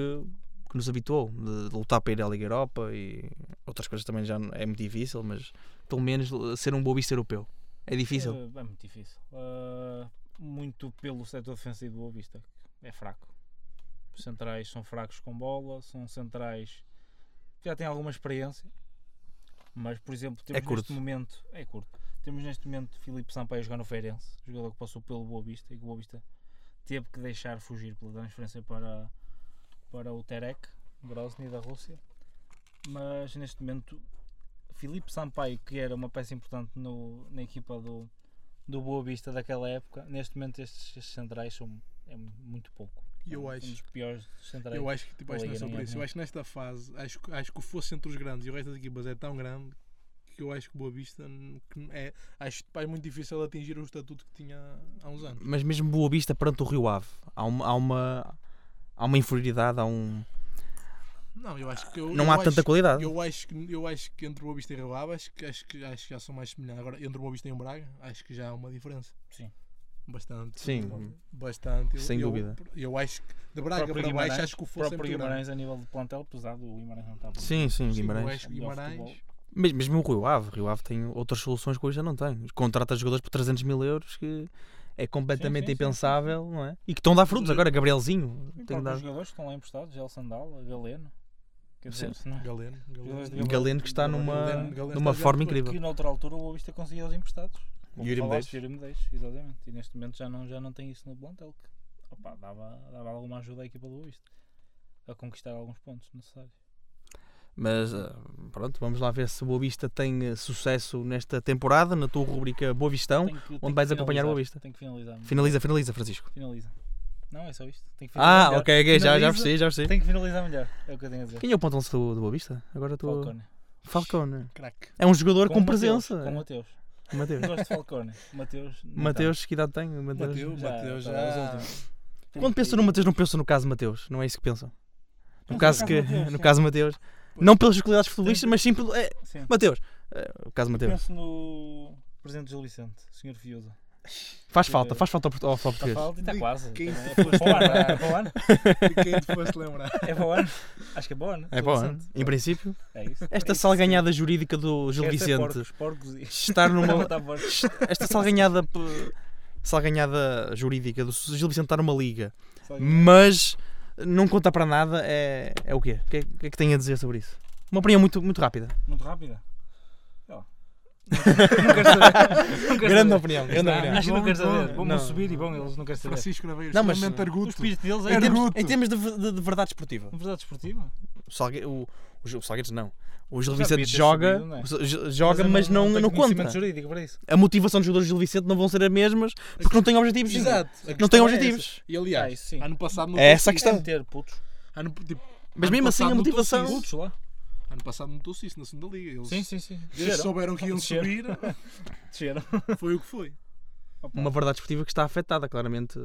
que nos habituou de, de lutar para ir à Liga Europa e outras coisas também já é muito difícil mas pelo menos ser um Boa Vista europeu é difícil
É, é muito difícil. Ah, muito pelo setor defensivo do Boa Vista. que É fraco. Os centrais são fracos com bola, são centrais que já têm alguma experiência. Mas, por exemplo, temos
curto.
neste momento. É curto. Temos neste momento Filipe Sampaio a jogar no Feirense, jogador que passou pelo Boa Vista e que o Boa Vista teve que deixar fugir pela transferência para, para o Terek, Grozny da Rússia. mas neste momento Filipe Sampaio, que era uma peça importante no, na equipa do, do Boa Vista daquela época, neste momento estes, estes centrais são é muito pouco.
E eu
É um
acho-
dos piores centrais.
Eu acho que tipo, acho que não é só
Liga,
por
não é?
isso. Eu acho que nesta fase, acho, que- acho que o fosse entre os grandes e o resto das equipas é tão grande que eu acho que o Boa Vista n- que n- é, acho que é muito difícil ele atingir o estatuto que tinha há uns anos.
Mas mesmo Boa Vista perante o Rio Ave, há uma, há uma, há uma inferioridade, há um...
Não, eu acho que eu,
não
eu
há
acho-
tanta qualidade.
Eu acho que eu acho que entre o Boa Vista e o Rio Ave, acho que acho que acho que já são mais semelhantes. Agora entre o Boa Vista e o Braga, acho que já há uma diferença.
Sim.
Bastante.
Sim.
Bastante. Eu-
Sem
eu-
dúvida.
Eu acho que de
O
Braga
próprio
para
Guimarães,
baixo acho que o
o
fosse é
próprio
muito grande.
Guimarães a nível de plantel, pesado, o Guimarães não está bom.
Sim, sim,
Sim, eu
Guimarães.
acho
É
que
melhor
Guimarães.
futebol.
Mas mesmo o Rio Ave, o Rio Ave tem outras soluções que hoje já não tem. Contrata jogadores por 300 mil euros que é completamente
sim, sim, sim,
impensável, não é? E que estão a dar frutos agora, Gabrielzinho.
E
Tem
próprios
dado...
jogadores que estão lá emprestados, El Sandal, Galeno, quer
Sim.
dizer, se não-
Galeno,
Jogadores de
Galeno.
Galeno.
Galeno que está
Galeno-
numa,
Galeno está
numa
a jogar
forma
muito bem.
incrível.
que noutra altura o Boa Vista conseguia os emprestados. Como
Yuri Medeiros.
falaste, Yuri Medeiros, exatamente. E neste momento já não, já não tem isso no plantel, que opa, dava, dava alguma ajuda à equipa do Boa Vista a conquistar alguns pontos necessários.
Mas ah, pronto, vamos lá ver se o Boa Vista tem eh, sucesso nesta temporada, na tua rubrica Boa Vistão.
Tenho que- tenho
Então, onde
que
vais acompanhar o Boa
finalizar,
Vista?
Tenho que finalizar. mano.
Finaliza, finaliza, Francisco.
Finaliza. Não, é só isto. Tenho que finalizar
Ah,
melhor.
ok, ok, já, já
Finaliza.
percebi, já percebi.
Tenho que finalizar melhor, é o que eu tenho a dizer.
Quem é o ponto 11 do, do Boa Vista? Agora estou.
Falcone.
Falcone.
Crack.
É um jogador com,
o Mateus,
presença.
Com o Mateus. Então. Não
Mateus.
gosto de Falcone. Mateus. nem
Mateus, que idade tem? o Mateus?
Mateus,
Já,
Mateus,
tá,
já.
os últimos. tanto.
Quando penso no Mateus, não penso no caso Mateus. Não é isso que pensam. No
Não,
caso
no caso
que.
Mateus,
No
sim.
caso Mateus. Não pelas qualidades futebolistas, mas sim pelo. É,
Sim.
Mateus. É, o caso Mateus.
Penso no presidente Gil Vicente, senhor Fiusa.
Faz falta, faz falta ao port- ao futebol
Está
português.
falta e está
De
Tá quase.
quem
Também
te
É para o ano, é para o ano.
De quem te foste lembrar?
É para o ano. Acho que é para o ano.
É
Gil
bom,
Vicente.
em princípio.
É isso.
Esta salganhada jurídica do Gil
Esta é
Vicente
Porcos, porcos e. tá
estar numa.
Matar porcos.
Esta salganhada. p- Salganhada jurídica do Gil Vicente estar numa liga.
Só que-
mas não conta para nada é, é o quê? O que é, o que é que tem a dizer sobre isso? Uma opinião muito, muito rápida.
Muito rápida. Sei lá. Não quero saber. Não quero
Grande
saber.
opinião, grande opinião.
Acho que não
Bom,
quero saber.
bom,
Vão-me
não.
subir e bom, eles não querem saber.
Francisco Craveiros,
Não, mas-
extremamente
O
arguto.
espírito deles é
Em termos,
Arguto.
em termos de, de- de verdade esportiva,
Na verdade esportiva.
o, Salgue, o, o Gil- o Salgueiros não. O Gil
Já
Vicente
devia ter
joga,
sabido, não é?
o Gil- Gil- joga, mas,
eu
não, não,
tenho
conta.
um conhecimento jurídico para isso.
A motivação dos jogadores do Gil Vicente não vão ser as mesmas porque não têm objetivos.
Exato. A
Não
questão
têm
é
objetivos.
essa. E aliás,
Ah, isso sim.
ano passado não
É essa a
consegui-
questão.
Ter putos.
Ano, tipo,
Mas
ano
mesmo assim, a
passado não
motivação.
consegui-
Putos lá.
ano passado não trouxe isso na segunda liga. Eles,
Sim, sim, sim.
Eles souberam que iam
Desceram.
subir,
Desceram.
foi o que foi.
Opa.
Uma verdade esportiva que está afetada, claramente.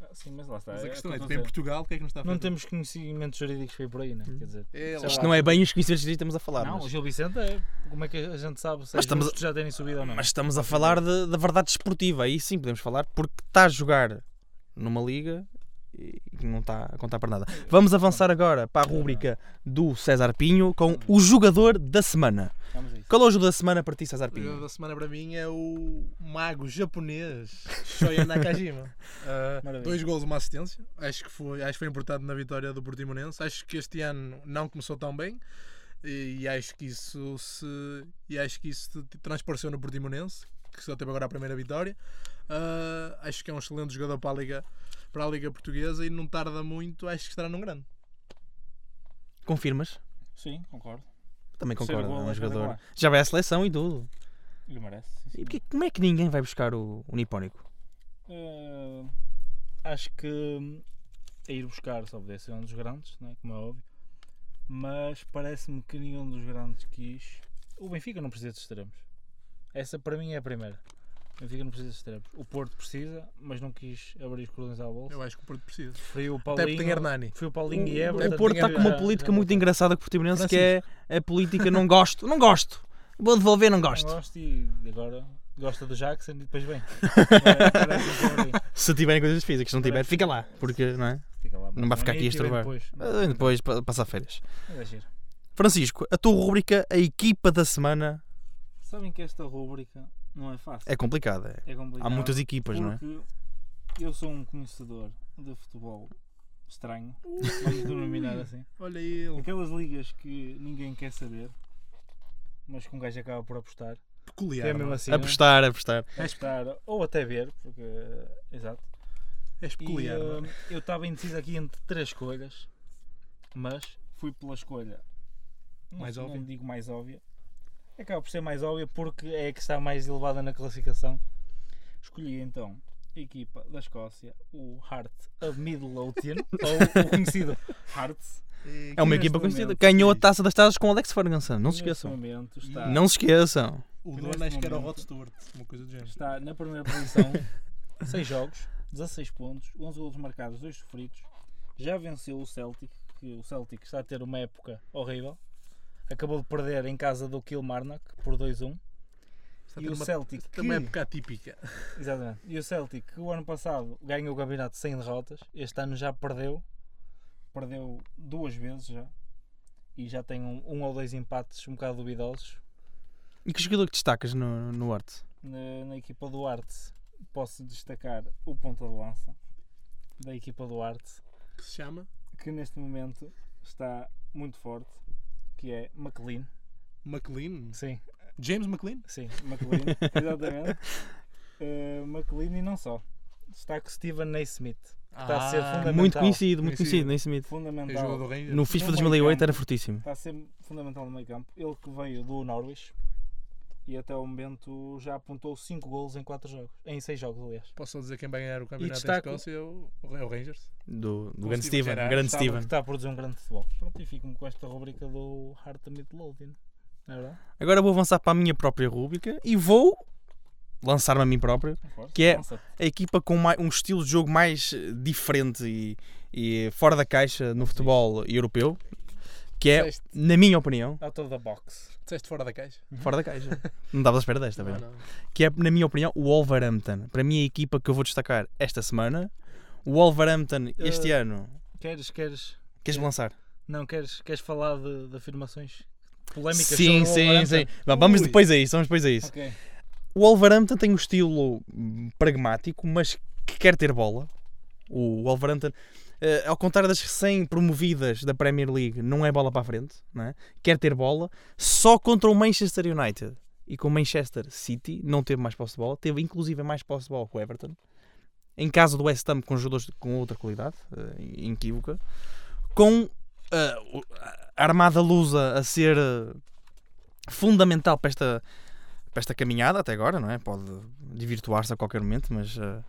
Ah, Sim, mas lá está.
Mas
é
a questão é,
como
tipo, em
eu dizer.
Portugal, o que é que nos está a
Não
fazer?
temos conhecimentos jurídicos para ir por aí, né? Quer dizer.
É,
Sei
lá.
Isto não é bem os conhecimentos que estamos a falar.
Não, o
mas,
Gil Vicente é. Como é que a gente sabe
Mas
se mas
estamos
estamos já terem subido ou não?
mas estamos a falar de- da verdade esportiva. Aí sim podemos falar porque está a jogar numa liga e não está a contar para nada. Vamos avançar agora para a rúbrica do César Pinho com o jogador da semana.
Vamos a isso.
Qual é o jogo da semana para ti, César
O jogador
Pinho?
da semana para mim é o mago japonês Shoya Nakajima. Ah,
Maravilha.
dois gols, uma assistência. Acho que, foi, acho que foi importante na vitória do Portimonense. Acho que este ano não começou tão bem. E, e acho que isso se e acho que isso se t- transpareceu no Portimonense, que só teve agora a primeira vitória. Ah, acho que é um excelente jogador para a Liga, para a Liga Portuguesa e não tarda muito, acho que estará num grande.
Confirmas?
Sim, concordo.
Também
Terceiro
concordo, é
gol
um
é
jogador.
espetacular.
Já vai à seleção e tudo.
Lhe merece.
E porquê- como é que ninguém vai buscar o, o nipónico?
Eh, acho que hum, a ir buscar só podia ser um dos grandes, né, como é óbvio. Mas parece-me que nenhum dos grandes quis. O Benfica não precisa de extremos. Essa para mim é a primeira. O Benfica não precisa de extremos. O Porto precisa, mas não quis abrir os cordões à bolsa.
Eu acho que o Porto precisa.
Foi o
Até porque tem
Paulinho.
Hernani.
Foi o Paulinho e
O-
Everton.
o Porto está
Já-
com uma
já-
política
já
muito
voltamos.
engrada com o Portimonense que é a política não gosto, não gosto. Vou devolver, não
Não
gosto.
gosto e agora gosta do Jackson e depois vem. Agora parece um Paulinho.
Se tiverem coisas físicas, se não tiver, fica lá. Porque, não é?
Fica lá, é
Não vai ficar aqui a
Manique e vem
estrovar. Ah,
depois.
Depois pa- passa férias.
Mas é giro.
Francisco, a tua rubrica, a equipa da semana,
Sabem que esta rúbrica não é fácil.
é complicada.
É complicado.
Há muitas equipas, não é?
porque eu sou um conhecedor de futebol estranho, vamos denominar assim.
Olha ele,
Aquelas ligas que ninguém quer saber, mas que um gajo acaba por apostar.
peculiar.
Que é
não
mesmo
é?
assim. não é?
Apostar, apostar.
Apostar, ou até ver, porque. Exato.
És
assim. E,
peculiar. não é?
hum, eu estava indeciso aqui entre três escolhas, mas fui pela escolha
Mais
não,
óbvia?
não digo mais óbvia. Acaba por ser mais óbvia porque é a que está mais elevada na classificação. Escolhi então a equipa da Escócia, o Heart of Midlothian, ou o conhecido Hearts.
E
É uma
neste
equipa conhecida.
momento-
Ganhou a taça das taças com Alex Ferguson. Não se
Neste
esqueçam.
momento está,
Não se esqueçam.
O
que
dono
neste
acho que era o
momento-
Rod Stewart, uma coisa do género.
está na primeira posição, 6 jogos, 16 pontos, 11 golos marcados, 2 sofridos. Já venceu o Celtic, que o Celtic está a ter uma época horrível. Acabou de perder em casa do Kilmarnock por 2-1.
Está a
E
ter
o
uma-
Celtic, que,
Tem uma época atípica.
exatamente, e o Celtic, que o ano passado ganhou o campeonato sem derrotas, este ano já perdeu, perdeu duas vezes já, e já tem um, um ou dois empates um bocado duvidosos.
E que jogador que destacas no, no Arte?
Na, na equipa do Arte, posso destacar o ponta de lança da equipa do Arte,
Que se chama
que neste momento está muito forte, que é McLean.
McLean.
Sim,
James McLean?
Sim, McLean, exatamente. Uh, McLean e não só. Está com Steven Naismith. Está tá a ser fundamental.
Muito conhecido, muito conhecido,
Conhecido.
nem Smith.
É
Fundamental.
Ah, jogador do Rangers.
No FIFA
No meio
2008
campo.
era fortíssimo.
Está a ser fundamental no meio campo. Ele que veio do Norwich e até o momento já apontou 5 golos em 4 jogos. Em 6 jogos, aliás.
Posso só dizer quem vai ganhar o campeonato da
destaco-
Escócia é o, é o Rangers.
Do, do
Com
grande
Steven
Steven.
Gerrard,
Grande
Está,
Steven.
está Tá a produzir um grande futebol. Pronto, e fico-me com esta rubrica do Heart of Midlothian. Não é verdade?
Agora vou avançar para a minha própria rúbrica e vou lançar-me a mim próprio.
Força,
Que é-
lança-te.
A equipa com mai- um estilo de jogo mais eh, diferente e, e fora da caixa no futebol europeu, que é,
Disseste,
na minha opinião,
Out of the tá box.
disseste fora da caixa?
fora da caixa. Não estava à espera desta, bem.
Ah, Não, não.
que é, na minha opinião, o Wolverhampton. Para mim, a equipa que eu vou destacar esta semana, o Wolverhampton este
Eh,
ano.
Queres, queres.
Queres-me lançar?
Não, queres, queres falar de, de afirmações polémicas?
sim,
sobre o
sim,
Wolverhampton?
sim. Vá, Vamos
Ui.
depois a isso, vamos depois a isso.
Ok.
O Wolverhampton tem um estilo hum, pragmático, mas que quer ter bola. O Wolverhampton, eh, ao contrário das recém-promovidas da Premier League, não é bola para a frente, não é? quer ter bola, só contra o Manchester United. E com o Manchester City não teve mais posse de bola, teve inclusive mais posse de bola com o Everton. Em casa do West Ham, com jogadores com outra qualidade, eh, inequívoca. Com eh, o- a Armada Lusa a ser eh, fundamental para esta para esta caminhada até agora, não é? Pode desvirtuar-se a qualquer momento, mas eh,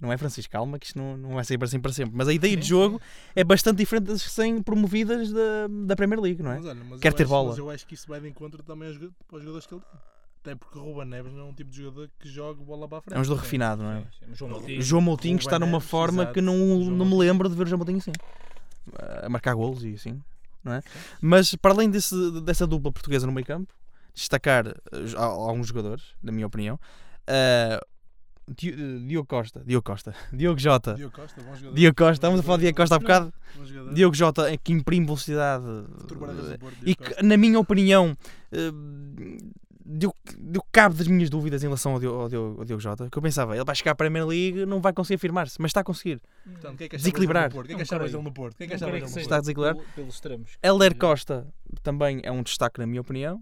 não é Francisco, calma, que isto não, não vai ser para sempre para sempre. Mas a ideia de jogo é bastante diferente das recém-promovidas da, da Premier League, não é?
Mas olha, mas
Quer
eu
ter
acho,
bola.
Mas eu acho que isso vai de encontro também aos, joga- aos jogadores que ele tem. Até porque o Ruben Neves não é um tipo de jogador que joga bola para a frente.
É um jogador refinado, não é?
João
O João Moutinho
Ruben
está numa
Neves,
forma
exato.
que não,
João
não me
Moutinho.
lembro de ver o João Moutinho assim. A marcar golos e assim, não é? Mas para além desse- dessa dupla portuguesa no meio campo, destacar eh, al- alguns jogadores, na minha opinião. Eh, Di- eh, Diogo Costa, Diogo Costa, Diogo Jota,
Diogo Costa, bom jogador.
Diogo Costa, estamos a falar de Diogo Costa há bocado.
Bom jogador.
Diogo Jota é que imprime velocidade eh,
Futuro guarda-redes do Porto,
e
Diogo
que, na minha opinião, eh, deu, deu cabo das minhas dúvidas em relação ao Diogo, ao Diogo- ao Diogo Jota. Que eu pensava, ele vai chegar à Premier League, não vai conseguir afirmar-se, mas está a conseguir.
Portanto, quem é que achavas
Desequilibrar.
dele no Porto? Quem
Não
é que achavas
creio.
dele no Porto? Quem é que
Não
achavas
creio
dele no
que
Porto?
Está a desequilibrar.
Pelos extremos.
Helder Costa também é um destaque, na minha opinião.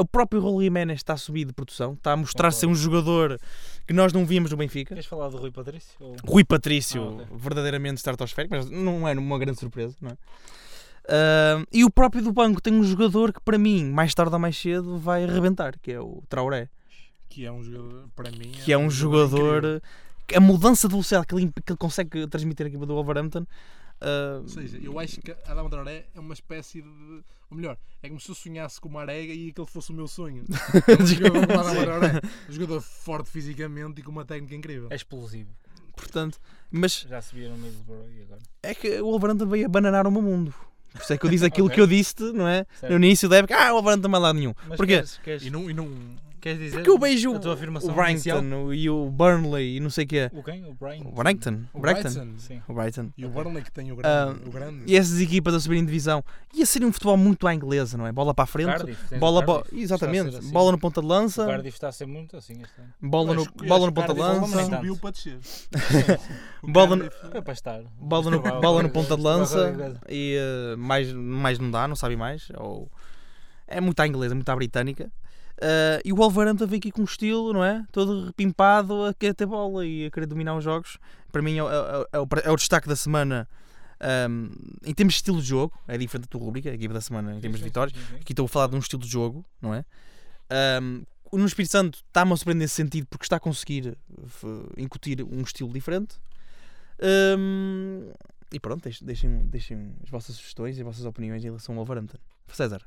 O próprio Raul Jiménez está a subir de produção, está a mostrar ser um jogador que nós não víamos no Benfica.
Queres falar do Rui Patrício? Ou...
Rui Patrício,
Ah, ok.
verdadeiramente estratosférico, mas não é uma grande surpresa, não é? Ah, e o próprio do banco tem um jogador que, para mim, mais tarde ou mais cedo, vai arrebentar, que é o Traoré,
Que é um jogador, para mim.
que é um
incrível.
jogador. que A mudança de velocidade que ele, que ele consegue transmitir à equipa do Wolverhampton. ah,
Ou seja, eu acho que Adão Traoré é uma espécie de. Ou melhor, é como se eu sonhasse com uma arega e aquele fosse o meu sonho. É um jogador como Adama Traoré. Um jogador forte fisicamente e com uma técnica incrível.
É explosivo.
portanto, mas
Já se via no Middlesbrough e agora.
é que o Wolverhampton veio abananar o meu mundo. Por isso é que eu disse aquilo
Ok.
que eu disse, não é?
Certo.
No início da época, ah, o Wolverhampton vai lá nenhum.
Mas
Porquê?
Queres, queres,
E não. E não
queres dizer
Porque eu vejo
a tua afirmação
o
inicial?
Brighton e o Burnley e não sei o quê.
O quem? O Brian?
O Brighton.
o
O Brighton.
Brighton.
Sim.
O Brighton.
E o Burnley que tem o grande.
Ah,
o grande.
E essas equipas a subirem divisão. Ia ser um futebol muito à inglesa, não é? Bola para a frente.
Cardiff, tens
bola
o
bo-
Cardiff.
Exatamente.
Está a ser assim.
Bola no ponta de
O
lança.
Cardiff está a ser muito assim este ano.
Bola no,
Acho que-
bola no
acho que
ponta
é
de
o Cardiff
lança.
Subiu para descer. O
Bola no-
Cardiff-
É para estar.
Bola no,
Vai,
bola no
vai,
ponta de
vai,
lança.
vai, vai.
E eh, mais, mais não dá, não sabe mais. Ou... É muito à inglesa, muito à britânica. Eh, e o Wolverhampton vem aqui com um estilo, não é? Todo é repimpado a querer ter bola e a querer dominar os jogos. Para mim é, o- é o- é o, é o destaque da semana Um, em termos de estilo de jogo, é diferente da tua rubrica, a equipa da semana, em termos de vitórias. Aqui estou a falar de um estilo de jogo, não é? Um, no Espírito Santo está-me a surpreender nesse sentido porque está a conseguir f- incutir um estilo diferente. Um, e pronto, deix- deixem, deixem as vossas sugestões e as vossas opiniões em relação ao Wolverhampton. César,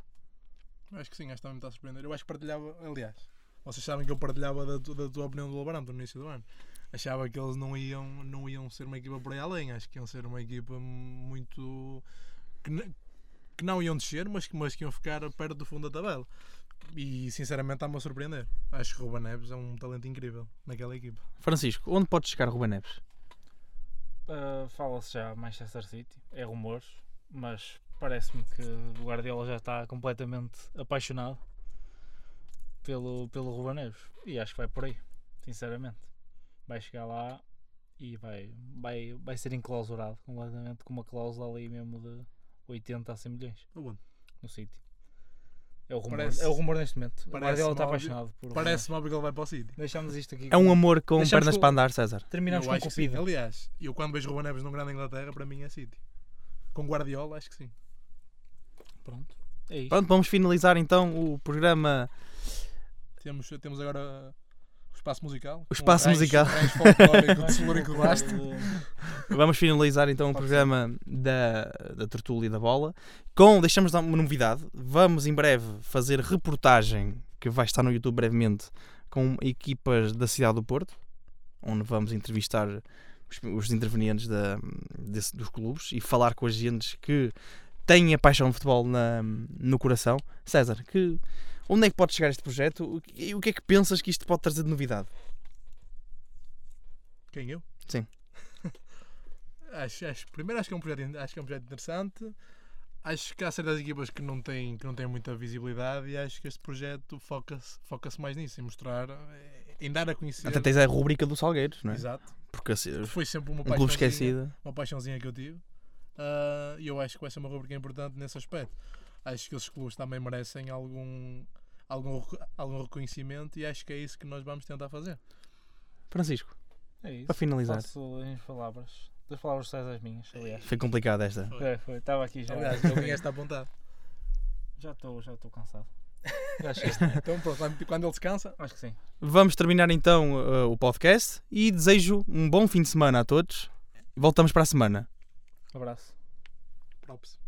Eu acho que sim, acho que também me está a surpreender. Eu acho que partilhava, aliás, vocês sabem que eu partilhava da, tu- da tua opinião do Wolverhampton no início do ano. Achava que eles não iam, não iam ser uma equipa por aí além, acho que iam ser uma equipa muito. que, n- que não iam descer, mas que, mas que iam ficar perto do fundo da tabela. E sinceramente está-me a surpreender. Acho que Ruben Neves é um talento incrível naquela equipa.
Francisco, onde pode chegar Ruben Neves?
Ah, Fala-se já Manchester City, é rumores, mas parece-me que o Guardiola já está completamente apaixonado pelo, pelo Ruben Neves e acho que vai por aí, sinceramente. Vai chegar lá e vai, vai, vai ser enclausurado completamente com uma cláusula ali mesmo de 80 a 100 milhões
Aonde?
no City. É o rumor,
Tá Parece-
é o rumor neste momento. O
parece
Guardiola está
uma-
apaixonado por Ruben Neves.
Parece-me óbvio que ele vai para o City.
Deixamos isto aqui.
É um
com-
amor com
Deixamos
pernas
com-
para andar, César.
Terminamos
Eu
com
acho que sim.
Cupido.
Aliás, eu quando vejo Ruben Neves num grande Inglaterra, para mim é City. Com Guardiola, acho que sim.
Pronto. É isto.
Pronto, vamos finalizar então o programa.
Temos, temos agora o espaço musical.
O espaço musical.
folclórico de Celúrico Guasto.
Vamos finalizar então o
Pode
programa da, da Tertúlia e da Bola. Com, deixamos dar uma novidade, vamos em breve fazer reportagem que vai estar no YouTube brevemente com equipas da cidade do Porto, onde vamos entrevistar os, os intervenientes da, desse- dos clubes e falar com agentes que têm a paixão de futebol na- no coração. César, que, onde é que pode chegar este projeto? O que- E o que é que pensas que isto pode trazer de novidade?
Quem eu?
Sim.
acho, acho- primeiro acho que, é um projeto, in- acho que é um projeto interessante. Acho que há certas equipas que não têm, que não têm muita visibilidade e acho que este projeto foca-se foca mais nisso, em mostrar, eh, em dar a conhecer.
Até tens a rubrica do Salgueiros, não é?
Exato.
Porque assim,
Que foi sempre uma
um clube
paixãozinha-
esquecido.
uma paixãozinha que eu tive. Ah, E eu acho que vai ser uma rubrica importante nesse aspecto. Acho que esses clubes também merecem algum, algum, reco- algum reconhecimento e acho que é isso que nós vamos tentar fazer.
Francisco,
É isso.
para finalizar.
Faço em palavras. Das palavras tais às minhas, aliás.
Foi complicado esta.
É, foi. Estava aqui já.
Aliás, eu vinha esta apontada.
Já estou já estou cansado. Já cheguei.
Então pronto, quando- quando ele se cansa,
Acho que sim.
Vamos terminar então eh, o podcast e desejo um bom fim de semana a todos. Voltamos para a semana.
Abraço.
props.